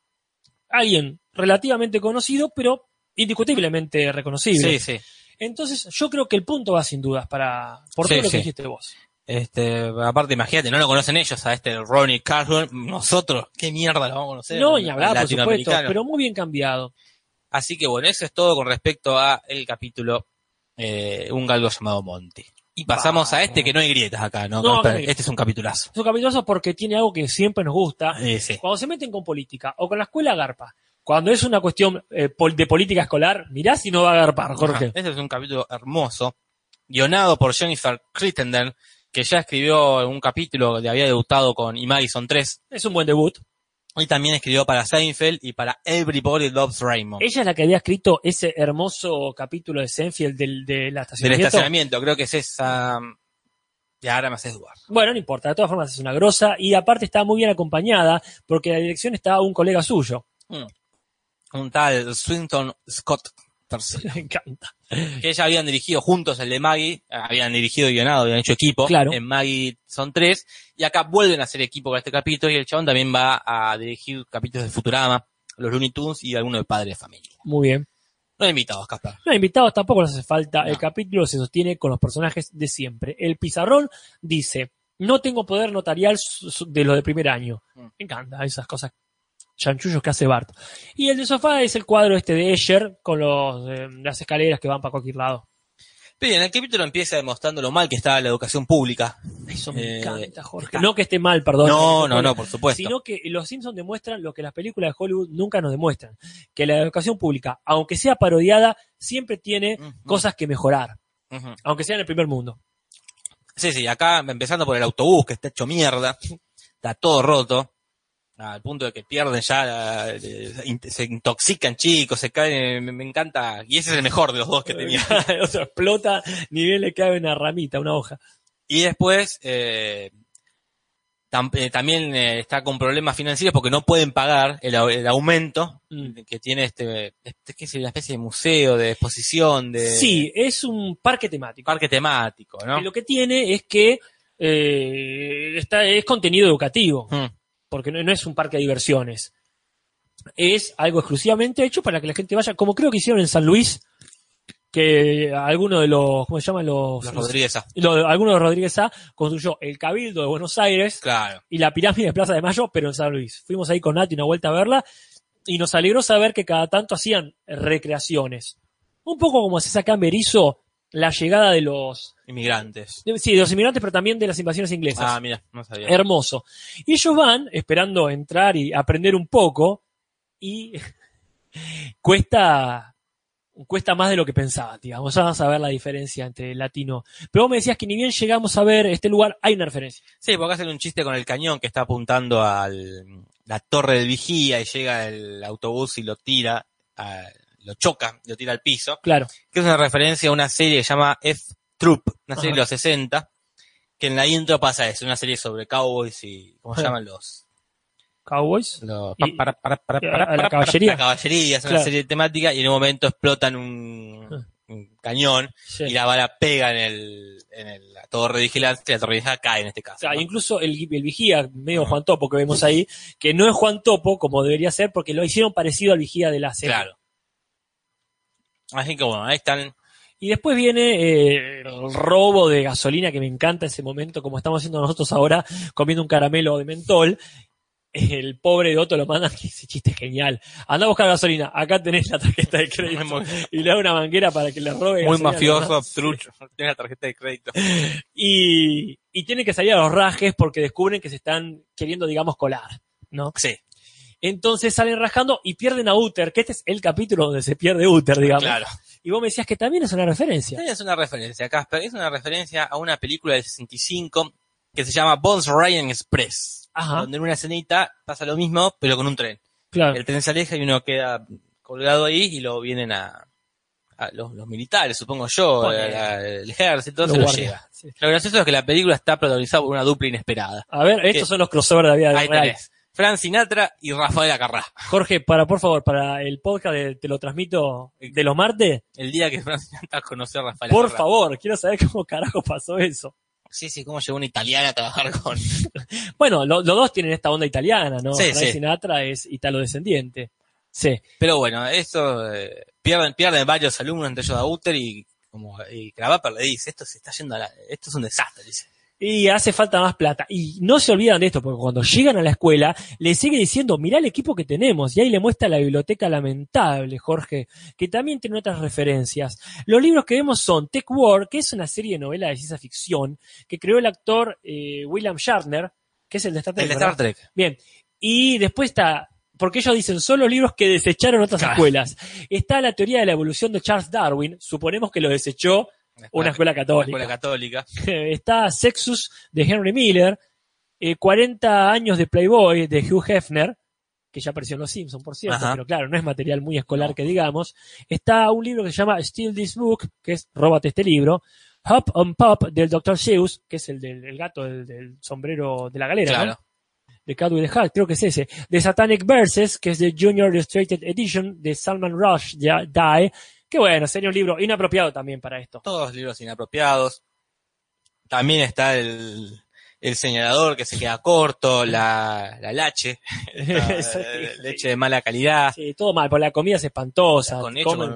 alguien relativamente conocido, pero indiscutiblemente reconocible.
Sí, sí.
Entonces yo creo que el punto va sin dudas para, por
Sí,
todo lo que
sí.
dijiste vos.
Este, aparte, imagínate, no lo conocen ellos a este Ronnie Calhoun. Nosotros, ¿qué mierda lo vamos a conocer?
No, ni hablar, por supuesto,
Latinoamericano.
pero muy bien cambiado.
Así que bueno, eso es todo con respecto a el capítulo eh, Un galgo llamado Monty. Y pasamos a este que no hay grietas acá, ¿no?
No,
Espera,
no hay-
este es un capitulazo.
Es un capitulazo porque tiene algo que siempre nos gusta,
Eh, sí.
Cuando se meten con política o con la escuela, garpa. Cuando es una cuestión eh, pol- de política escolar, mirá si no va a garpar, Jorge.
Ajá, Este es un capítulo hermoso, guionado por Jennifer Crittenden, que ya escribió un capítulo que había debutado con Imagison 3,
Es un buen debut.
y también escribió para Seinfeld y para Everybody Loves Raymond.
Ella es la que había escrito ese hermoso capítulo de Senfield del, de la
Del
estacionamiento.
estacionamiento, creo que es esa... um, Y ahora me haces dudar.
Bueno, no importa, de todas formas es una grosa y aparte está muy bien acompañada porque en la dirección está un colega suyo.
Un tal Swinton Scott III,
Me encanta.
que ya habían dirigido juntos el de Maggie, habían dirigido y guionado, habían hecho equipo.
Claro.
En Maggie son tres, y acá vuelven a hacer equipo con este capítulo, y el chabón también va a dirigir capítulos de Futurama, los Looney Tunes y alguno de Padre de Familia.
Muy bien.
No he invitado a Caspar.
No, invitados tampoco nos hace falta.
No.
El capítulo se sostiene con los personajes de siempre. El pizarrón dice, no tengo poder notarial su- su- de lo de primer año.
Mm.
Me encanta esas cosas chanchullos que hace Bart. Y el de sofá es el cuadro este de Escher con los, eh, las escaleras que van para cualquier lado.
Pero en el capítulo empieza demostrando lo mal que está la educación pública.
Eso me
Eh,
encanta, Jorge.
está.
No que esté mal, perdón.
No, no, no, por supuesto.
Sino que los Simpsons demuestran lo que las películas de Hollywood nunca nos demuestran. Que la educación pública, aunque sea parodiada, siempre tiene
Ujú,
cosas que mejorar.
ujú.
Aunque sea en el primer mundo.
Sí, sí, acá empezando por el autobús que está hecho mierda, está todo roto, al punto de que pierden ya, la- eh, se intoxican chicos, se caen, me, me encanta, y ese es el mejor de los dos que tenía.
o sea, explota, ni bien le cabe una ramita, una hoja.
Y después, eh, tam- eh, también eh, está con problemas financieros porque no pueden pagar el, au- el aumento
Mm.
que tiene este, este que es una especie de museo, de exposición, de
Sí, es un parque temático.
parque temático, ¿no?
Y Lo que tiene es que eh, está, es contenido educativo,
Mm.
porque no, no es un parque de diversiones. Es algo exclusivamente hecho para que la gente vaya, como creo que hicieron en San Luis, que alguno de los, ¿cómo se llaman? Los,
Los Rodríguez, ah,
lo- alguno de Rodríguez A construyó el Cabildo de Buenos Aires
claro.
y la pirámide de Plaza de Mayo, pero en San Luis. Fuimos ahí con Nati una vuelta a verla y nos alegró saber que cada tanto hacían recreaciones. Un poco como se saca en Berizo la llegada de los,
Inmigrantes.
de- sí, de los inmigrantes, pero también de las invasiones inglesas.
Ah, mira, no sabía.
Hermoso. Y ellos van esperando entrar y aprender un poco y cuesta cuesta más de lo que pensaba, digamos. Ya vas a ver la diferencia entre el latino. Pero vos me decías que ni bien llegamos a ver este lugar, hay una referencia.
Sí, porque hacen un chiste con el cañón que está apuntando a la torre del vigía y llega el autobús y lo tira, a- lo choca, lo tira al piso,
Claro.
que es una referencia a una serie que se llama F Troop, una serie
Ajá.
de los 60, que en la intro pasa eso, una serie sobre cowboys y, ¿cómo se
Ajá.
llaman los?
Cowboys.
los
Y-
para, para, para, para,
a la
para, para,
caballería.
la caballería, es una
Claro. Ah.
serie temática y en un momento explotan un, un cañón
Sí.
y la bala pega en, el, en el- la torre de vigilancia y la torre de vigilancia cae en este
O
caso.
sea,
¿no?
Ah, incluso el, el vigía, medio
Ajá.
Juan Topo que vemos ahí, que no es Juan Topo como debería ser porque lo hicieron parecido al vigía de la serie.
Claro. Así que bueno, ahí están.
Y después viene eh, el robo de gasolina, que me encanta ese momento, como estamos haciendo nosotros ahora, comiendo un caramelo de mentol. El pobre de Otto lo manda, que ese chiste es genial. Anda a buscar gasolina, acá tenés la tarjeta de crédito.
Muy-
Y le da una manguera para que le robe. gasolina a
Muy
los
mafioso,
demás.
trucho. Tiene la tarjeta de crédito.
Y, y tiene que salir a los rajes porque descubren que se están queriendo, digamos, colar, ¿no?
Sí,
Entonces salen rajando y pierden a Uther, que este es el capítulo donde se pierde Uther, digamos.
claro.
Y vos me decías que también es una referencia.
Es una referencia, Casper. Es una referencia a una película del 65 que se llama Bones Ryan Express.
Ajá,
Donde en una escenita pasa lo mismo, pero con un tren.
claro.
El tren se aleja y uno queda colgado ahí y lo vienen a, a los, los militares, supongo yo,
Ponele.
la- el ejército,
Los
se lo
guardias,
lleva.
sí.
Lo gracioso es que la película está protagonizada por una dupla inesperada.
A ver, estos
Que-
son los crossovers de la vida
Ahí
real.
tenés. Fran Sinatra y Rafael Acarrá.
Jorge, para por favor, para el podcast de- te lo transmito de los martes,
El día que Francis Sinatra conoció a Rafael
por
Acarrá.
favor, quiero saber cómo carajo pasó eso.
Sí, sí, cómo llegó una italiana a trabajar con...
Bueno, lo- los dos tienen esta onda italiana, ¿no?
Sí,
Frank
sí.
Sinatra es italo-descendiente. Sí,
Pero bueno, eso... eh, pierden, pierden varios alumnos, entre ellos a Uter y... Como, y Cravapa le dice, esto se está yendo a la- Esto es un desastre, dice.
y hace falta más plata. Y no se olvidan de esto, porque cuando llegan a la escuela, le sigue diciendo, mirá el equipo que tenemos. Y ahí le muestra la biblioteca lamentable, Jorge, que también tiene otras referencias. Los libros que vemos son Tech War, que es una serie de novelas de ciencia ficción, que creó el actor eh, William Shatner, que es el de Star Trek.
El de
¿verdad?
Star Trek.
Bien. Y después está, porque ellos dicen, son los libros que desecharon otras
Claro.
escuelas. Está la teoría de la evolución de Charles Darwin, suponemos que lo desechó una escuela
Una
católica.
escuela católica.
Está Sexus de Henry Miller, eh, 40 años de Playboy de Hugh Hefner, que ya apareció en Los Simpsons, por cierto,
Ajá.
pero claro, no es material muy escolar
No.
que digamos. Está un libro que se llama Steal This Book, que es Róbate este libro. Hop on Pop del Dr. Seuss, que es el del el gato del, del sombrero de la galera, ¿no?
Claro.
de Cadwell Hall, creo que es ese, de Satanic Verses, que es de Junior Illustrated Edition, de Salman Rush Die, que bueno, sería un libro inapropiado también para esto.
Todos libros inapropiados. También está el, el señalador que se queda corto, la, la lache, la-
Eso sí.
leche de mala calidad,
Sí, todo mal, porque la comida es espantosa.
con hecho
comen,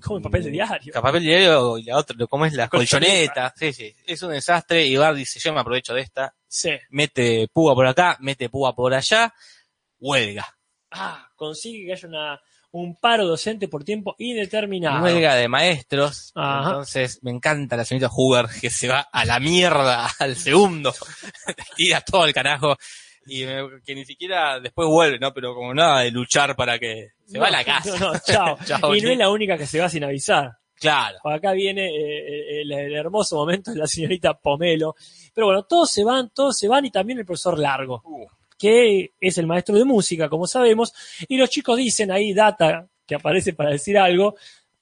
comen papel de diario.
Con papel diario y la otra, lo- ¿cómo es? La
Colchoneta.
colchoneta. Sí, sí. Es un desastre y Bar dice, yo me aprovecho de esta,
Sí.
mete púa por acá, mete púa por allá, huelga.
Ah, consigue que haya una, un paro docente por tiempo indeterminado.
Huelga de maestros.
Ajá.
Entonces, me encanta la señorita Hoover que se va a la mierda al segundo. Tira todo el carajo. Y me- que ni siquiera después vuelve, ¿no? Pero como nada de luchar para que se va a la
No,
casa.
No, no, chao.
Chao,
y no es
Nick.
la única que se va sin avisar.
Claro.
Acá viene eh, eh, el, el hermoso momento de la señorita Pomelo. Pero bueno, todos se van, todos se van y también el profesor Largo,
Uh,
que es el maestro de música, como sabemos. Y los chicos dicen ahí, data que aparece para decir algo,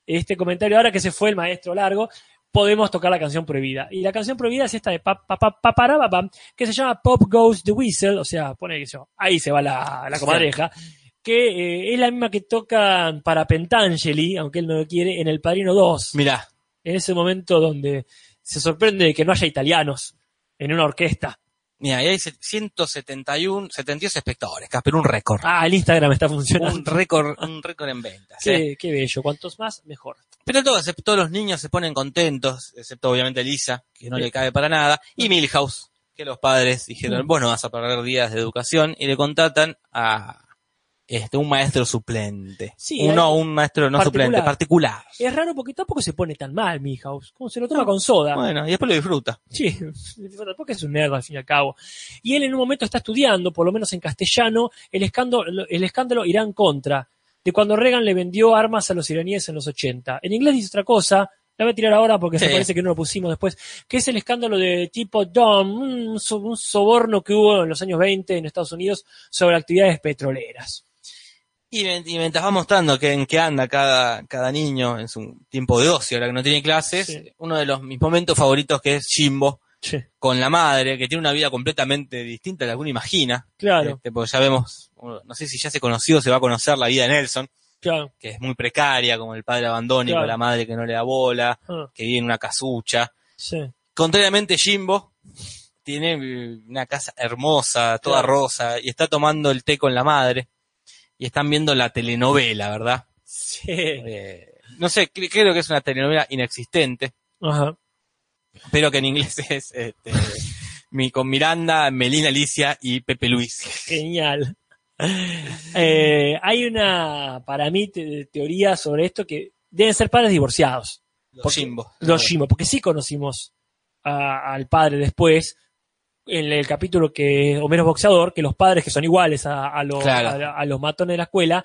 este comentario ahora que se fue el maestro Largo, podemos tocar la canción prohibida. Y la canción prohibida es esta de pa, pa, pa, pa, para, pa, pam, que se llama Pop Goes the Whistle, o sea, pone que yo, ahí se va la, la comadreja. Que eh, es la misma que tocan para Pentangeli, aunque él no lo quiere, en El Padrino 2
mirá,
en ese momento donde se sorprende de que no haya italianos en una orquesta.
mirá, y hay se- 171, 72 espectadores, Casper, un récord.
Ah, el Instagram está funcionando.
Un récord, un récord en ventas.
Qué,
¿eh?
qué bello. Cuantos más, mejor.
Pero todos, todos los niños se ponen contentos, excepto obviamente Lisa, que no
Sí.
le cae para nada, y Milhouse, que los padres dijeron,
Mm.
vos no vas a perder días de educación, y le contratan a este un maestro suplente.
Sí,
Uno, un maestro no
particular.
suplente, particular.
Es raro porque tampoco se pone tan mal, Milhouse. Como se lo toma con soda.
Ah, Bueno, y después lo disfruta.
Sí, tampoco es un nerd al fin y al cabo. Y él en un momento está estudiando, por lo menos en castellano, el escándalo, el escándalo Irán contra, de cuando Reagan le vendió armas a los iraníes en los 80. En inglés dice otra cosa, la voy a tirar ahora porque
Sí.
se parece que no lo pusimos después, que es el escándalo de tipo Dom, un, so- un soborno que hubo en los años 20 en Estados Unidos sobre actividades petroleras.
Y, men- y mientras va mostrando que, en qué anda cada, cada niño en su tiempo de ocio, ahora que no tiene clases,
Sí.
uno de los, mis momentos favoritos que es Jimbo, con la madre, que tiene una vida completamente distinta a la que uno imagina.
Claro,
Este, porque ya vemos, bueno, no sé si ya se conoció o se va a conocer la vida de Nelson,
claro.
que es muy precaria, como el padre abandónico,
Claro.
la madre que no le da bola,
Ah,
que vive en una casucha.
sí.
Contrariamente, Jimbo tiene eh, una casa hermosa, toda
Claro.
rosa, y está tomando el té con la madre, y están viendo la telenovela, ¿verdad?
Sí.
Eh, no sé, cre- creo que es una telenovela inexistente,
Ajá.
pero que en inglés es este, mi, con Miranda, Melina Alicia y Pepe Luis.
Genial. Eh, hay una, para mí, te- teoría sobre esto que deben ser padres divorciados,
Los
Porque-
Jimbo.
los Shimo, porque sí conocimos a- al padre después, en el capítulo que Homero es boxeador, que los padres que son iguales a, a los,
Claro.
a- a los matones de la escuela,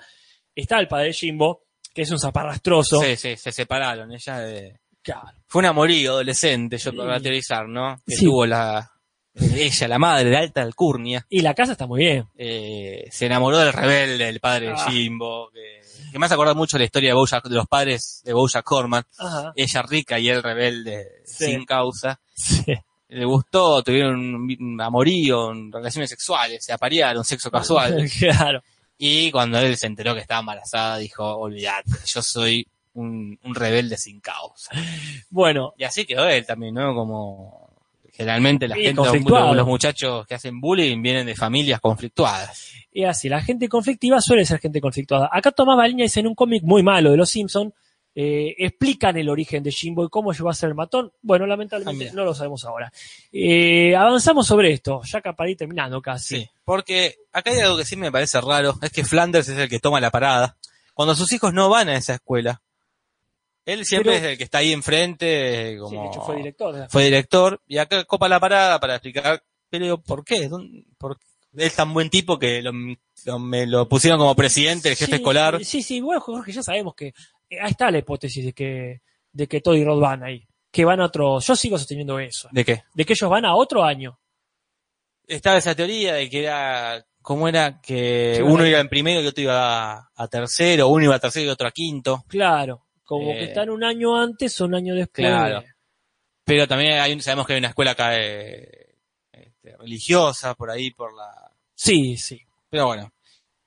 está el padre de Jimbo, que es un zaparrastroso.
Sí, sí, se separaron. Ella de-
Claro.
fue un amorío adolescente, yo
Sí.
para teorizar, ¿no? Que
Sí.
tuvo la ella, la madre de alta alcurnia,
Y la casa está muy bien.
eh, se enamoró del rebelde, del padre de
Ah.
Jimbo, que, que me hace acordar mucho la historia de, Bojack- de los padres de Bojack Horman,
Ajá.
ella rica y él rebelde
Sí.
sin causa.
Sí.
Le gustó, tuvieron un, un amorío, un- relaciones sexuales, se aparearon, sexo casual.
claro.
y cuando él se enteró que estaba embarazada, dijo, olvidate, yo soy un- un rebelde sin causa.
Bueno,
Y así quedó él también, ¿no? Como generalmente la
Sí,
gente, los,
conflictuado.
los muchachos que hacen bullying vienen de familias conflictuadas.
Es así, la gente conflictiva suele ser gente conflictuada. Acá Tomás Baliñas en un cómic muy malo de Los Simpson eh, explican el origen de Jimbo y cómo llegó a ser el matón. Bueno, lamentablemente
Ah, mira.
no lo sabemos ahora. Eh, avanzamos sobre esto, ya que para ir terminando
Sí.
casi.
Porque acá hay algo que sí me parece raro, es que Flanders es el que toma la parada. Cuando sus hijos no van a esa escuela, él siempre
Pero-
es el que está ahí enfrente,
Sí,
como
de hecho fue director. de la-
fue director, y acá copa la parada para explicar, pero digo, ¿por qué? ¿Dónde- ¿Por qué? Es tan buen tipo que lo, lo- me lo pusieron como presidente, el jefe
Sí,
escolar.
Sí, sí, bueno, Jorge, ya sabemos que eh, ahí está la hipótesis de que, de que Todd y Rod van ahí. Que van a otro. Yo sigo sosteniendo eso.
¿De qué?
De que ellos van a otro año.
estaba esa teoría de que era cómo era que
Sí,
uno
verdad.
iba en primero y otro iba a, a tercero, uno iba a tercero y otro a quinto.
Claro. Como que
Eh.
están un año antes o un año después.
Claro. Pero también hay, un- sabemos que hay una escuela acá eh, este, religiosa por ahí, por la.
Sí, sí.
Pero bueno.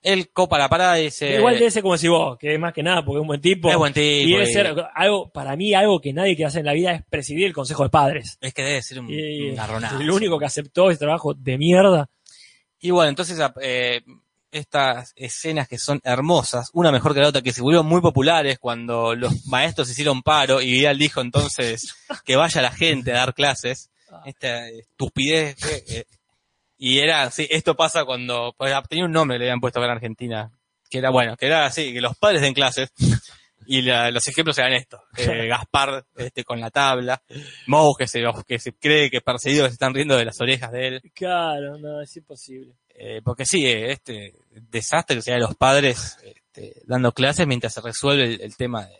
Él copa la parada y dice.
Igual de ese como si vos, que más que nada, porque es un buen tipo.
es buen tipo.
y debe
y-
ser algo, para mí, algo que nadie que hace en la vida es presidir el consejo de padres.
Es que debe ser un,
Y-
un garronazo.
el único que aceptó ese trabajo de mierda.
Y bueno, entonces a- eh, estas escenas que son hermosas, una mejor que la otra, que se volvieron muy populares cuando los maestros hicieron paro y Vidal dijo entonces que vaya la gente a dar clases, esta estupidez. eh, eh, y era así, esto pasa cuando, pues, tenía un nombre que le habían puesto acá en Argentina, que era bueno, que era así, que los padres den clases. Y la- los ejemplos eran estos. eh, Gaspar este, con la tabla, Mou que se, que se cree que perseguidos se están riendo de las orejas de él.
Claro, no, es imposible.
Eh, porque sí, eh, este desastre que sean los padres este, dando clases mientras se resuelve el, el tema de,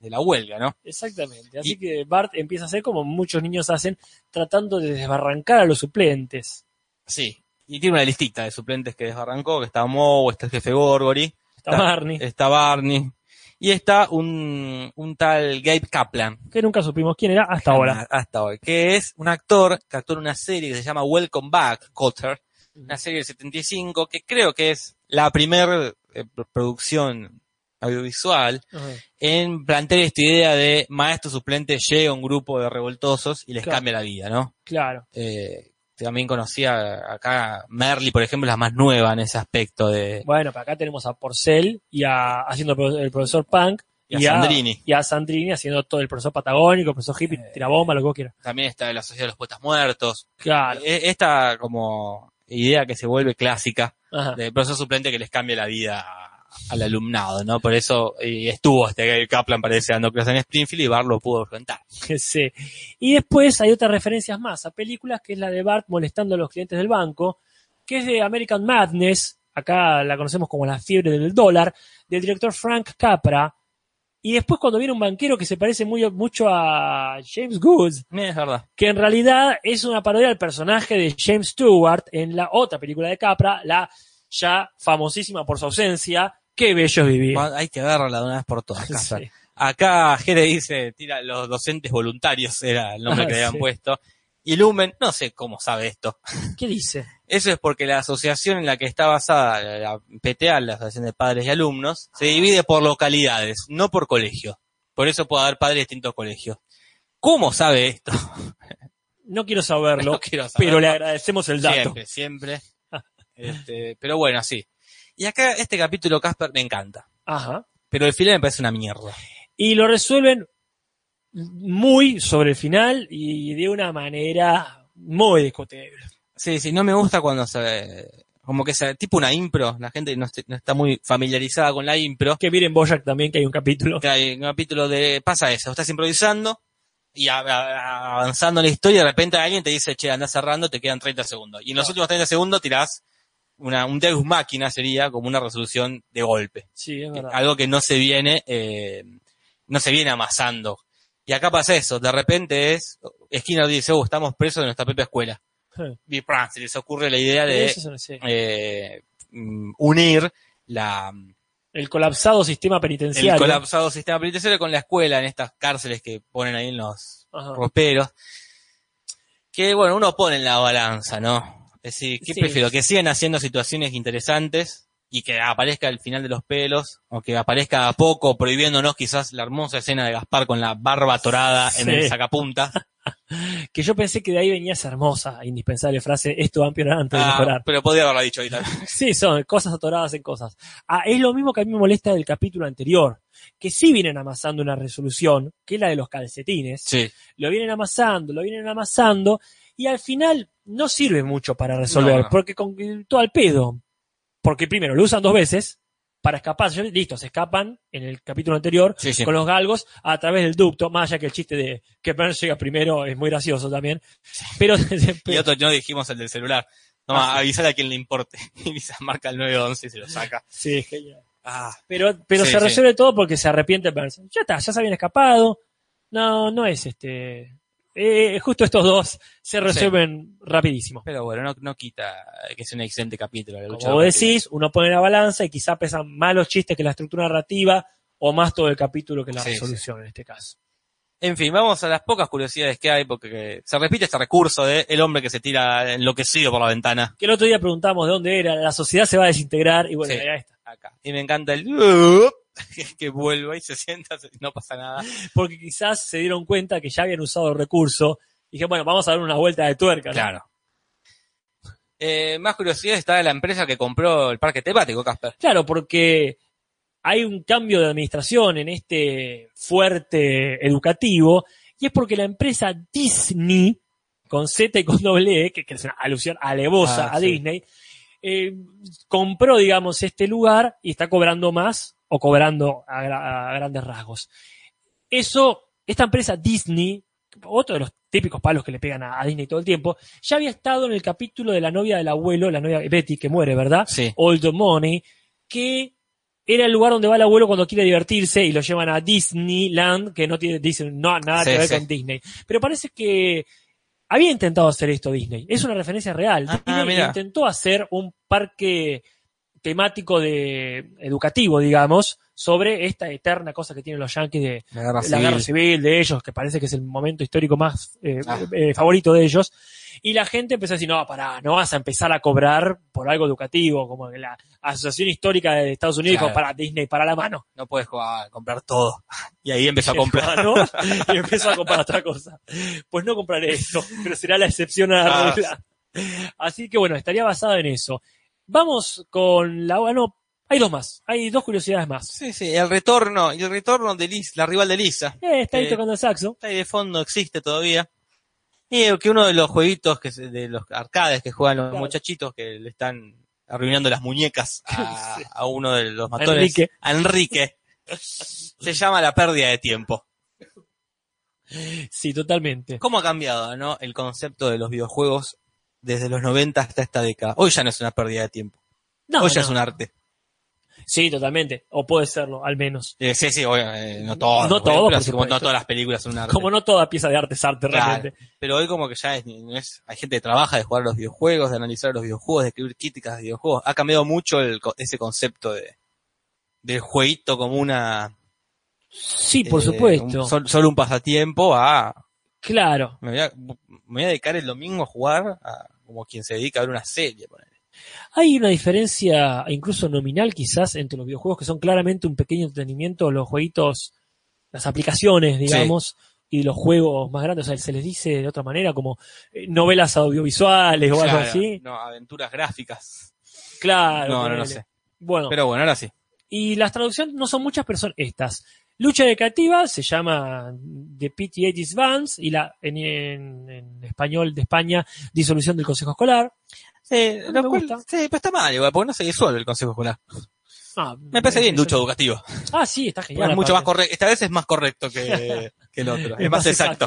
de la huelga, ¿no?
Exactamente. Así que Bart empieza a hacer como muchos niños hacen, tratando de desbarrancar a los suplentes.
Sí. Y tiene una listita de suplentes que desbarrancó, que está Moe, está el jefe Gorgory,
Está
Claro. Eh.
Barney,
está Barney, y está un, un tal Gabe Kaplan.
que nunca supimos quién era hasta ahora.
Hasta hoy. Que es un actor que actuó en una serie que se llama Welcome Back, Cotter, una serie del 75, que creo que es la primera producción audiovisual
Ajá.
en plantear esta idea de maestro suplente llega un grupo de revoltosos y les
Claro.
cambia la vida, ¿no?
Claro.
Eh, también conocía acá Merly, por ejemplo, es la más nueva en ese aspecto de
Bueno, para acá tenemos a Porcel y a haciendo pro- el profesor Punk
y a
y a-
Sandrini.
y a Sandrini haciendo todo el profesor patagónico, el profesor hippie,
Eh.
tirabomba, lo que vos quieras.
También está la sociedad de los poetas muertos.
Claro.
E- Esta como idea que se vuelve clásica
Ajá.
de profesor suplente que les cambia la vida a- al alumnado, ¿no? Por eso y estuvo este Gabe Kaplan parece dando clases en Springfield y Bar lo pudo enfrentar.
que sé. Y después hay otras referencias más a películas, que es la de Bart molestando a los clientes del banco, que es de American Madness, acá la conocemos como la fiebre del dólar, del director Frank Capra. Y después cuando viene un banquero que se parece muy, mucho a James Goods,
Es verdad.
que en realidad es una parodia del personaje de James Stewart en la otra película de Capra, la ya famosísima por su ausencia, Qué bello es vivir.
Hay que verla de una vez por todas. Casa.
Sí.
Acá Jere dice, tira los docentes voluntarios, era el nombre
Ah,
que le habían
sí.
puesto. Y Lumen, no sé cómo sabe esto.
¿Qué dice?
Eso es porque la asociación en la que está basada, la- la PTA, la Asociación de Padres y Alumnos, se divide por localidades, no por colegio. Por eso puede haber padres de distintos colegios. ¿Cómo sabe esto?
No quiero saberlo,
No quiero saber.
pero le agradecemos el dato.
Siempre, siempre. Este, pero bueno, sí. Y acá este capítulo, Casper, me encanta.
Ajá.
Pero el final me parece una mierda.
y lo resuelven muy sobre el final y de una manera muy discutible.
Sí, sí, no me gusta cuando se. Como que sea tipo una impro, la gente no, esté- no está muy familiarizada con la impro.
Que miren Boyack también, que hay un capítulo.
Que hay un capítulo de. Pasa eso, estás improvisando y a- a- avanzando en la historia, de repente alguien te dice, che, andás cerrando, te quedan 30 segundos. Y en los
Claro.
últimos 30 segundos tirás una, un Deus Máquina, sería como una resolución de golpe.
Sí, es verdad.
Algo que no se viene, eh, no se viene amasando. Y acá pasa eso, de repente es. Skinner dice, oh, estamos presos de nuestra propia escuela.
Sí.
Y ¡pran! se les ocurre la idea de
Eso Hm. es una serie.
eh, mm, unir la,
El colapsado sistema
el
penitenciario.
colapsado sistema penitenciario con la escuela en estas cárceles que ponen ahí en los
Ajá.
roperos. Que bueno, uno pone en la balanza, ¿no? Es decir, ¿qué
Sí.
prefiero? Que sigan haciendo situaciones interesantes y que aparezca el final de los pelos, o que aparezca a poco, prohibiéndonos quizás la hermosa escena de Gaspar con la barba torada en
Sí.
el sacapunta.
Que yo pensé que de ahí venía esa hermosa, indispensable frase, esto va a empeorar antes de
Ah,
mejorar.
pero podría haberlo dicho ahorita.
Sí, son cosas atoradas en cosas. Ah, es lo mismo que a mí me molesta del capítulo anterior, que sí vienen amasando una resolución, que es la de los calcetines.
Sí.
lo vienen amasando, lo vienen amasando, y al final no sirve mucho para resolver,
No, no.
porque con todo al pedo. Porque primero lo usan dos veces para escaparse, listo, se escapan en el capítulo anterior
Sí, sí.
con los galgos a través del ducto, más allá que el chiste de que Burns llega primero es muy gracioso también, pero,
Y otro no dijimos el del celular.
Ah,
Toma, avisale a quien le importe. Y quizás marca el 911 y se lo saca.
Sí, es genial.
Ah,
pero, pero
Sí,
se
sí.
resuelve todo porque se arrepiente Burns. Ya está, ya se habían escapado. No, no es este. eh, justo estos dos se resuelven rapidísimo.
pero bueno, no, no quita que sea un excelente capítulo. la lucha
Como vos
de Martínez.
decís, uno pone la balanza y quizá pesan más los chistes que la estructura narrativa o más todo el capítulo que la
Sí,
resolución en este caso.
En fin, vamos a las pocas curiosidades que hay, porque se repite este recurso de el hombre que se tira enloquecido por la ventana.
Que el otro día preguntamos de dónde era, la sociedad se va a desintegrar y bueno,
Sí.
era esta.
Acá. Y me encanta el uh, que vuelva y se sienta, no pasa nada.
Porque quizás se dieron cuenta que ya habían usado el recurso. Y dije, bueno, vamos a dar una vuelta de tuerca. ¿no?
Claro. Eh, más curiosidad está de la empresa que compró el parque temático, Casper.
Claro, porque hay un cambio de administración en este fuerte educativo y es porque la empresa Disney, con Z y con doble E, que, que es una alusión alevosa
Ah,
a
sí.
Disney, eh, compró, digamos, este lugar y está cobrando más o cobrando a, gra- a grandes rasgos. Eso, esta empresa Disney, otro de los típicos palos que le pegan a, a Disney todo el tiempo, ya había estado en el capítulo de la novia del abuelo, la novia Betty que muere, ¿verdad?
Sí.
Old Money, que era el lugar donde va el abuelo cuando quiere divertirse y lo llevan a Disneyland, que no tiene dicen no, nada
Sí,
que ver
sí.
con Disney. Pero parece que había intentado hacer esto Disney. Es una referencia real.
Ah,
Disney
mira.
intentó hacer un parque temático de educativo, digamos, sobre esta eterna cosa que tienen los yankees de
La guerra
la guerra civil de ellos, que parece que es el momento histórico más eh,
Ah.
eh, favorito de ellos. Y la gente empezó a decir, no, pará, no vas a empezar a cobrar por algo educativo, como que la Asociación Histórica de Estados Unidos
Claro.
dijo, para Disney, para la mano.
No puedes jugar, comprar todo. Y ahí empezó a comprar.
¿no? Y empezó a comprar otra cosa. Pues no compraré esto, pero será la excepción a la
Ah.
regla. Así que bueno, estaría basado en eso. Vamos con la... Bueno, hay dos más, hay dos curiosidades más.
Sí, sí, el retorno, y el retorno de Liz, la rival de Lisa.
Eh, está ahí
Eh,
tocando el saxo.
Está ahí de fondo, existe todavía. Y que uno de los jueguitos que se- de los arcades que juegan los
Claro.
muchachitos que le están arruinando las muñecas a,
Sí.
a uno de los matones.
Enrique.
A Enrique. se llama la pérdida de tiempo.
Sí, totalmente.
¿Cómo ha cambiado, no? El concepto de los videojuegos desde los 90 hasta esta década. Hoy ya no es una pérdida de tiempo.
No,
Hoy ya
no.
es un arte.
Sí, totalmente. O puede serlo, al menos.
Eh, sí, sí, obvio, eh, no todo.
No todo, por
como no
supuesto.
todas las películas son un arte.
Como no toda pieza de arte es arte
Claro.
realmente.
Pero hoy como que ya es, no es- hay gente que trabaja de jugar a los videojuegos, de analizar los videojuegos, de escribir críticas de videojuegos. Ha cambiado mucho el co- ese concepto de del jueguito como una...
Sí, por
eh,
supuesto.
un- sol- solo un pasatiempo a...
Claro.
Me voy a, me voy a dedicar el domingo a jugar a, como quien se dedica a ver una serie. ponele.
Hay una diferencia, incluso nominal quizás, entre los videojuegos que son claramente un pequeño entretenimiento, los jueguitos, las aplicaciones, digamos, y los juegos más grandes. O sea, se les dice de otra manera como eh, novelas audiovisuales o algo
Claro,
así.
No, aventuras gráficas.
Claro.
no, no, no
ponele.
sé.
Bueno,
Pero bueno, ahora sí.
y las traducciones no son muchas, pero son estas. Lucha Educativa se llama The PTA's Vans y la en, en- en español de España, Disolución del Consejo Escolar.
Sí,
No
lo
me
cual-
gusta.
sí, pero está mal, igual, porque no se disuelve el Consejo Escolar.
Ah,
Me parece bien,
es-
ducho educativo.
Ah, sí, está
Porque
genial.
es mucho más
aparte.
correcto. Esta vez es más correcto que, que el otro. Es, más exacto.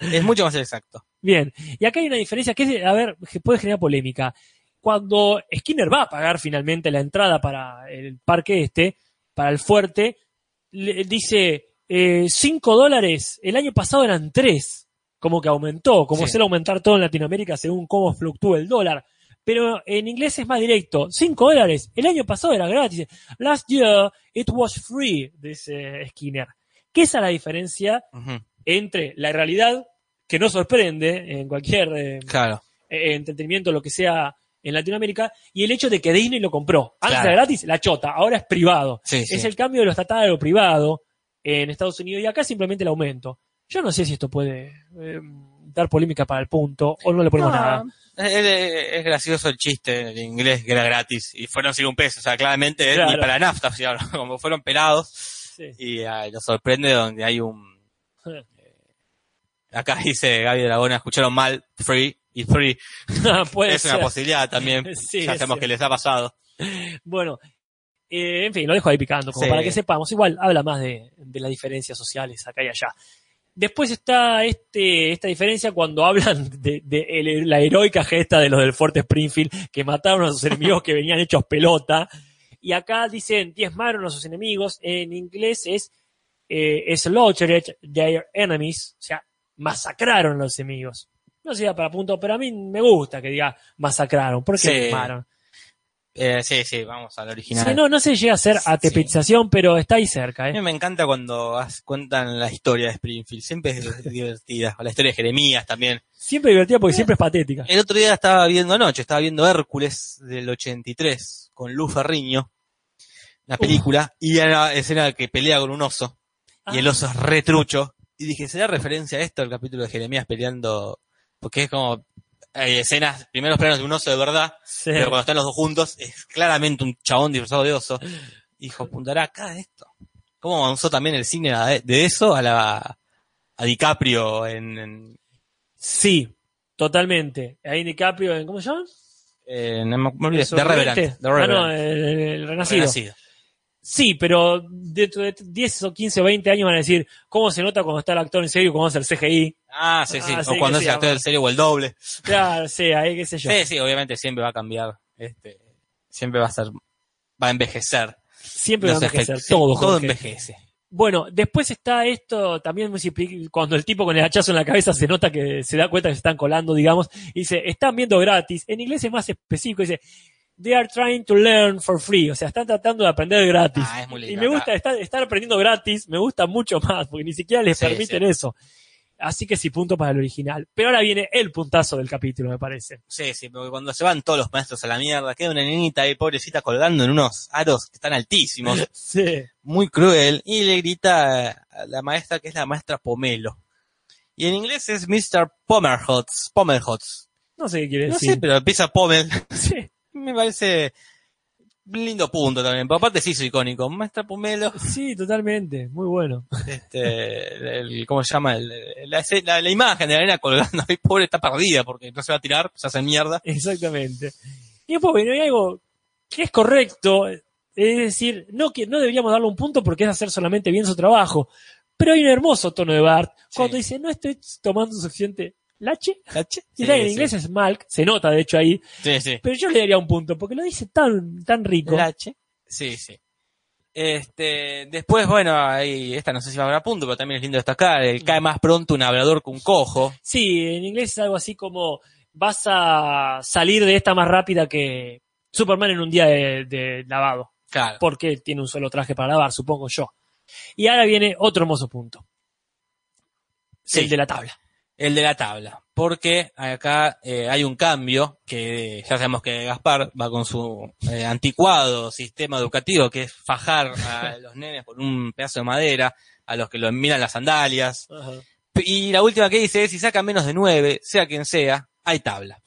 Es mucho más exacto.
bien, y acá hay una diferencia que es, de- a ver, que puede generar polémica. Cuando Skinner va a pagar finalmente la entrada para el parque este, para el fuerte, le- dice 5 dólares, el año pasado eran 3, como que aumentó, como
Sí.
suele aumentar todo en Latinoamérica según cómo fluctúa el dólar. Pero en inglés es más directo, 5 dólares, el año pasado era gratis. Last year it was free, dice Skinner. ¿Qué es la diferencia
Ujú,
entre la realidad, que no sorprende en cualquier eh,
Claro.
eh, entretenimiento, lo que sea en Latinoamérica, y el hecho de que Disney lo compró. Antes
Claro.
era gratis, la chota, ahora es privado.
Sí,
Es
sí.
el cambio de lo estatal a lo privado en Estados Unidos y acá simplemente el aumento. Yo no sé si esto puede eh, dar polémica para el punto o no le ponemos nada.
Es, es- es gracioso el chiste en inglés que era gratis y fueron sin un peso. O sea, claramente ni
Claro.
para nafta, si ahora, como fueron pelados.
Sí.
Y ah, lo sorprende donde hay un. Acá dice Gaby Dragona, escucharon mal, free y free.
Puede
es una
ser.
posibilidad también.
Sí,
ya
es
sabemos
cierto.
que les ha pasado.
Bueno, eh, en fin, lo dejo ahí picando, como
Sí.
para que sepamos. Igual habla más de, de las diferencias sociales acá y allá. Después está este, esta diferencia cuando hablan de, de el- la heroica gesta de los del Fuerte Springfield que mataron a sus enemigos que venían hechos pelota. Y acá dicen diezmaron a sus enemigos. En inglés es eh, slaughtered their enemies. O sea, masacraron a los enemigos. No sé para punto, pero a mí me gusta que diga masacraron. ¿Por qué
Sí.
diezmaron?
Eh, sí, sí, vamos al original.
Sí, no, no se llega a ser atepización, pero está ahí cerca,
A mí
¿eh?
me encanta cuando has- cuentan la historia de Springfield, siempre es divertida. O La historia de Jeremías también.
Siempre divertida
Eh.
porque siempre es patética.
El otro día estaba viendo anoche, estaba viendo Hércules del 83 con Luz Ferriño, la película, y era la escena que pelea con un oso, y
Ah.
el oso es retrucho. Y dije, ¿será referencia a esto el capítulo de Jeremías peleando? Porque es como, hay escenas, primeros planos de un oso de verdad,
Sí.
pero cuando están los dos juntos, es claramente un chabón disfrazado de oso. Hijo, apuntará acá esto. ¿Cómo avanzó también el cine de- de eso a la a DiCaprio en, en-
Sí, totalmente. Ahí DiCaprio en, ¿cómo se llama?
eh, no me- me olvidé,
¿El
The Revenant,
Sorprendente?
The
Ah, no,
Revenant.
el, el Renacido.
Renacido.
Sí, pero dentro de 10 o 15 o 20 años van a decir, ¿cómo se nota cuando está el actor en serio, cómo hace el CGI?
Ah, sí, sí.
Ah, sí,
o cuando
que
es
sí,
actor
ah,
del serio o el doble.
Claro, sí, ahí qué sé yo.
Sí, sí, obviamente siempre va a cambiar. Este, siempre va a ser, va a envejecer.
Siempre van
Los
a envejecer,
efectos, sí,
todo,
todo
Jorge.
envejece.
Bueno, después está esto también muy simpli- cuando el tipo con el hachazo en la cabeza se nota que se da cuenta que se están colando, digamos, y dice, están viendo gratis. En inglés es más específico, dice, they are trying to learn for free, o sea, están tratando de aprender gratis.
Ah, es muy
y
lindo.
me
acá.
gusta estar, estar aprendiendo gratis, me gusta mucho más, porque ni siquiera les
Sí,
permiten
sí.
eso. Así que sí, punto para el original. Pero ahora viene el puntazo del capítulo, me parece.
Sí, sí, porque cuando se van todos los maestros a la mierda, queda una nenita ahí, pobrecita, colgando en unos aros que están altísimos,
Sí.
muy cruel, y le grita a la maestra, que es la maestra Pomelo. Y en inglés es Mr. Pomerhots, Pomerhots.
No sé qué quiere
No
decir.
sé, pero empieza Pommel.
Sí.
Me parece un lindo punto también, pero aparte sí hizo icónico. Maestra Pomelo,
Sí, totalmente. Muy bueno.
este, el, ¿cómo se llama? El- el- la, la- la imagen de la nena colgando ahí, pobre, está perdida porque no se va a tirar, se hace mierda.
Exactamente. Y después, bueno, hay algo que es correcto, es decir, no, que, no deberíamos darle un punto porque es hacer solamente bien su trabajo, pero hay un hermoso tono de Bart cuando
Sí.
dice, no estoy tomando suficiente lache,
¿Caché?
y
Sí,
está en
sí.
inglés es Malk, se nota de hecho ahí,
Sí, sí.
pero yo le daría un punto porque lo dice tan, tan rico.
El H. Sí, sí. Este, después, bueno, ahí, esta no sé si va a haber punto, pero también es lindo destacar, el cae más pronto un hablador que un cojo.
Sí, en inglés es algo así como, vas a salir de esta más rápida que Superman en un día de- de lavado.
Claro.
porque tiene un solo traje para lavar, supongo yo. Y ahora viene otro hermoso punto. Es
Sí.
El de la tabla.
El de la tabla. Porque acá eh, hay un cambio que eh, ya sabemos que Gaspar va con su eh, anticuado sistema educativo, que es fajar a los nenes con un pedazo de madera, a los que lo miran las sandalias. Y la última que dice es, si sacan menos de nueve, sea quien sea, hay tabla.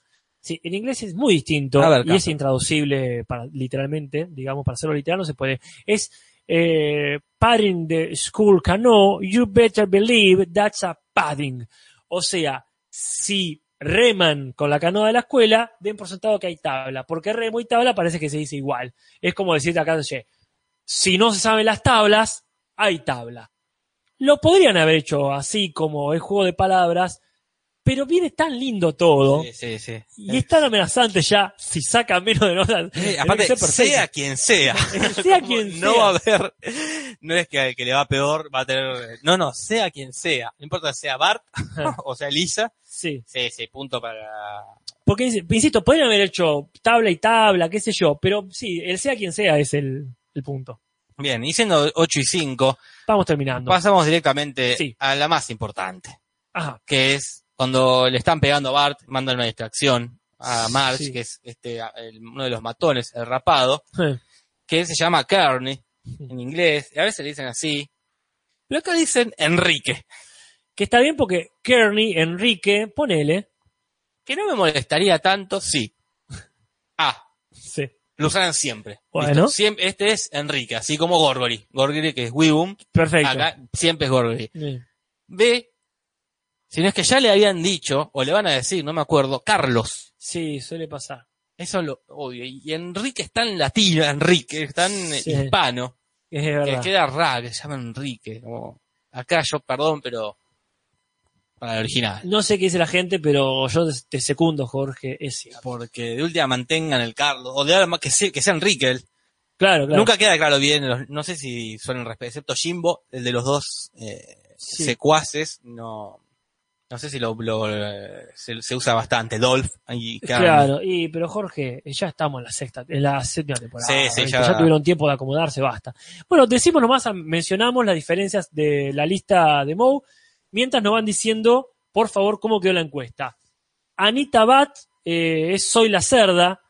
Sí, en inglés es muy distinto
A ver,
y es
Castro.
intraducible para, literalmente, digamos, para hacerlo literal no se puede. Es eh, padding the school canoe, you better believe that's a padding. O sea, si reman con la canoa de la escuela, den por sentado que hay tabla, porque remo y tabla parece que se dice igual. Es como decirte acá, oye, si no se saben las tablas, hay tabla. Lo podrían haber hecho así como el juego de palabras, pero viene tan lindo todo.
Sí, sí, sí.
Oh. Y es tan amenazante ya si saca menos de nota.
Eh, aparte,
Tiene que ser
sea
perfecto.
quien sea.
sea
Como
quien
no
sea.
va a haber, no es que al que le va peor va a tener, no, no, sea quien sea, no importa sea Bart o sea Lisa,
Sí.
sí, sí, punto para,
Porque, insisto, podrían haber hecho tabla y tabla, qué sé yo, pero sí, el sea quien sea es el, el punto.
bien, y siendo 8 y 5,
Vamos terminando.
pasamos directamente
Sí.
a la más importante,
Ajá.
que es cuando le están pegando a Bart, mandan una distracción a Marge,
Sí.
que es este, a- el- uno de los matones, el rapado,
Eh.
que él se llama Kearney en inglés, y a veces le dicen así, pero acá le dicen Enrique.
Que está bien porque Kearney, Enrique, ponele.
que no me molestaría tanto, sí. Ah,
Sí.
lo usan siempre.
Bueno.
Listo. Siempre- este es Enrique, así como Gorgory. Gorgory que es Wibum,
Perfecto.
acá siempre es Gorgory.
Eh.
B, si no es que ya le habían dicho, o le van a decir, no me acuerdo, Carlos.
Sí, suele pasar.
Eso lo odio. Y Enrique es tan latino, Enrique, es tan eh,
Sí.
hispano,
Es
que
verdad.
queda raro, que se llama Enrique. como- acá yo, perdón, pero para el original.
No sé qué dice la gente, pero yo te secundo, Jorge. Es cierto.
Porque de última mantengan el Carlos, o de ahora más que sea, que sea Enrique el-
Claro, claro.
Nunca queda claro bien, los- no sé si suelen respetar, excepto Jimbo, el de los dos eh,
Sí.
secuaces, no, No sé si lo, lo- eh, se, se usa bastante. Dolph y Karen.
Claro, y, pero Jorge, eh, ya estamos en la sexta, en la séptima temporada.
Sí, sí,
¿viste?
ya-
ya. tuvieron tiempo de acomodarse, basta. Bueno, decimos nomás, mencionamos las diferencias de la lista de Moe, mientras nos van diciendo, por favor, cómo quedó la encuesta. Anita Bat eh, es Soy la Cerda,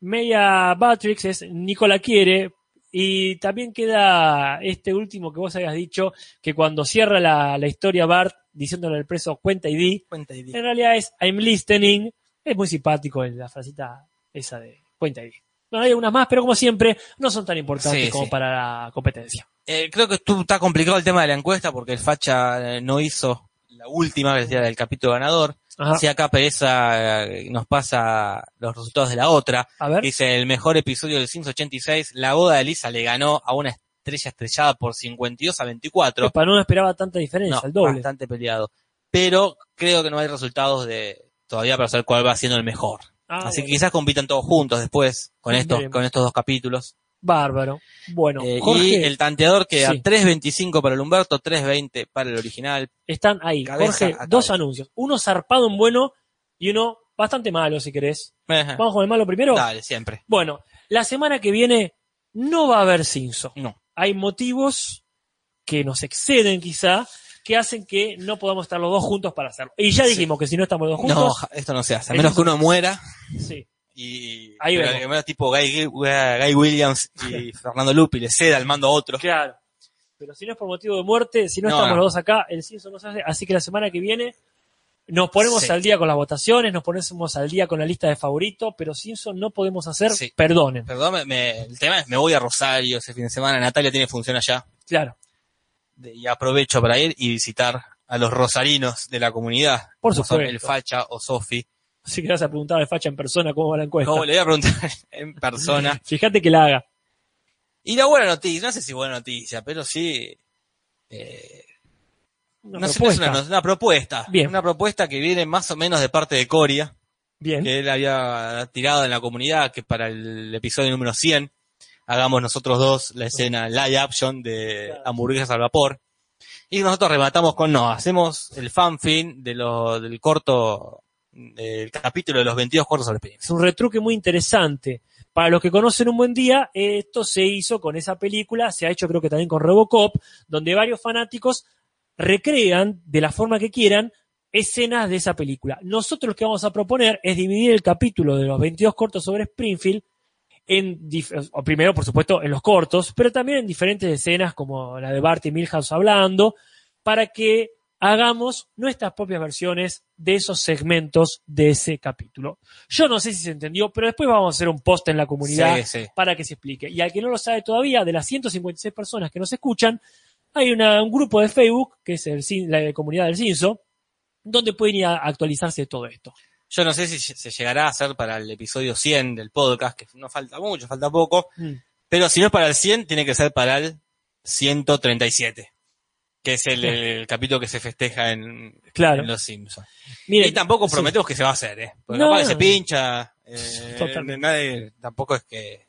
Meia Batrix es Nicola Quiere, y también queda este último que vos habías dicho, que cuando cierra la, la historia Bart diciéndole al preso cuenta y di,
Cuenta y di.
en realidad es I'm listening. Es muy simpático el- la frasita esa de cuenta ahí. Bueno, hay algunas más, pero como siempre, no son tan importantes
Sí,
como
sí.
para la competencia.
Eh, creo que estuvo- está complicado el tema de la encuesta porque el Facha eh, no hizo la última, que decía del capítulo ganador.
Ajá.
Si acá Pereza eh, nos pasa los resultados de la otra.
A ver.
Dice, el mejor episodio del 186, la boda de Lisa le ganó a una estrella estrellada por 52 a 24.
Epa, no esperaba tanta diferencia,
No,
el doble.
bastante peleado. Pero creo que no hay resultados de todavía para saber cuál va siendo el mejor.
Ah,
Así que
bueno.
quizás compitan todos juntos después con estos,
Veremos.
con estos dos capítulos.
Bárbaro. Bueno,
Eh, y
Jorge,
el tanteador queda
Sí.
3.25 para el Humberto, 3.20 para el original.
están ahí.
cabeza
Jorge,
a
dos
cabeza.
anuncios. Uno zarpado en bueno y uno bastante malo, si querés.
Ajá.
Vamos con el malo primero.
Eh, Dale, siempre.
Bueno, la semana que viene no va a haber Cinso.
No.
hay motivos que nos exceden quizá, que hacen que no podamos estar los dos juntos para hacerlo. Y ya dijimos que si no estamos los dos
No,
juntos,
ja- esto no se hace. A
El
menos que
Humberto-
uno muera.
sí,
Y,
Ahí
pero
vemos.
al menos tipo Guy, Guy Williams y Fernando Lupi le ceda el mando a otro.
claro. Pero si no es por motivo de muerte, si no,
No,
estamos
no.
los dos acá, el Simpson no se hace. Así que la semana que viene nos ponemos
Sí.
al día con las votaciones, nos ponemos al día con la lista de favoritos, pero Simpson no podemos hacer,
Sí.
perdonen,
Perdón, me- me- el tema es, me voy a Rosario ese fin de semana. Natalia tiene función allá.
claro,
de- y aprovecho para ir y visitar a los rosarinos de la comunidad.
Por
como son
supuesto.
El Facha o Sofi.
así que vas a preguntar al facha en persona cómo va la encuesta.
Como le voy a preguntar en persona.
Fíjate que la haga.
Y la buena noticia, no sé si buena noticia, pero sí. eh,
Una
no sé, no es
propuesta.
una, no- una propuesta.
Bien.
Una propuesta que viene más o menos de parte de Coria,
Bien,
que él había tirado en la comunidad, que para el episodio número 100 hagamos nosotros dos la escena live action de
Claro.
hamburguesas al vapor. Y nosotros rematamos con no, hacemos el fanfin de lo, del corto, del capítulo de los 22 cortos sobre Phoenix.
Es un retruque muy interesante. Para los que conocen Un Buen Día, esto se hizo con esa película, se ha hecho creo que también con Robocop, donde varios fanáticos recrean de la forma que quieran escenas de esa película. Nosotros lo que vamos a proponer es dividir el capítulo de los 22 cortos sobre Springfield en dif- o primero, por supuesto, en los cortos, pero también en diferentes escenas como la de Bart y Milhouse hablando, para que hagamos nuestras propias versiones de esos segmentos de ese capítulo. Yo no sé si se entendió, pero después vamos a hacer un post en la comunidad
Sí, sí.
para que se explique. Y al que no lo sabe todavía, de las 156 personas que nos escuchan, hay una- un grupo de Facebook, que es el, Cin- la comunidad del Cinso, donde pueden ir a actualizarse de todo esto.
Yo no sé si se llegará a hacer para el episodio 100 del podcast, que no falta mucho, falta poco, pero si no es para el 100, tiene que ser para el 137, que es el, el capítulo que se festeja en,
Claro.
en Los Simpsons.
Miren,
y tampoco
sí.
prometemos que se va a hacer, ¿eh? Porque
No,
capaz que se
no.
pincha. eh,
Totalmente.
nadie- tampoco es que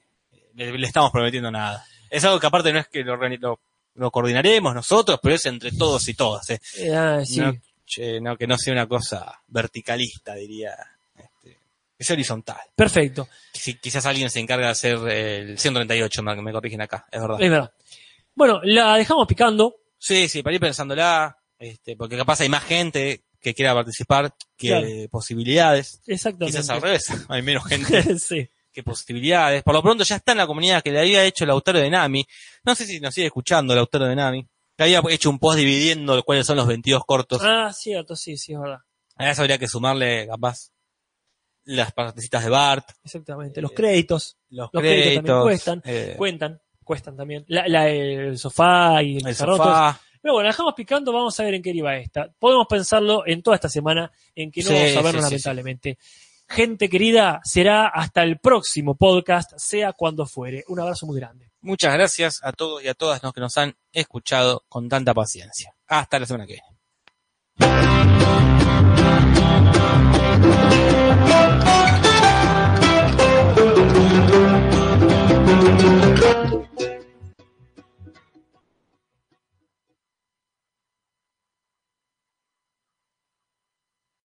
le, le estamos prometiendo nada. Es algo que aparte no es que lo, organi- lo, lo coordinaremos nosotros, pero es entre todos y todas. ¿eh?
Eh, ah, sí.
No, che, no, que no sea una cosa verticalista, diría. Este, que sea horizontal.
Perfecto.
Si, quizás alguien se encarga de hacer eh, el 138, me, me corrigen acá, es verdad.
Es verdad. Bueno, la dejamos picando.
Sí, sí, para ir pensándola, este, porque capaz hay más gente que quiera participar que
Claro.
posibilidades.
Exactamente.
Quizás al revés, hay menos gente
sí.
que posibilidades. Por lo pronto ya está en la comunidad que le había hecho el autor de Nami. No sé si nos sigue escuchando el autor de Nami. Que había hecho un post dividiendo cuáles son los 22 cortos.
Ah, cierto, sí, sí, es verdad.
A eso habría que sumarle, capaz, las partecitas de Bart,
Exactamente. Los créditos
los,
Los créditos
créditos,
también cuestan.
eh,
cuentan, cuestan también. La- la- el sofá y el,
el
pizarrón, todo
sofá.
Pero bueno, dejamos picando, vamos a ver en qué iba esta. Podemos pensarlo en toda esta semana, en que no
Sí,
vamos a verlo
sí, sí,
lamentablemente. Gente querida, será hasta el próximo podcast, sea cuando fuere. Un abrazo muy grande.
Muchas gracias a todos y a todas los que nos han escuchado con tanta paciencia. Hasta la semana que viene.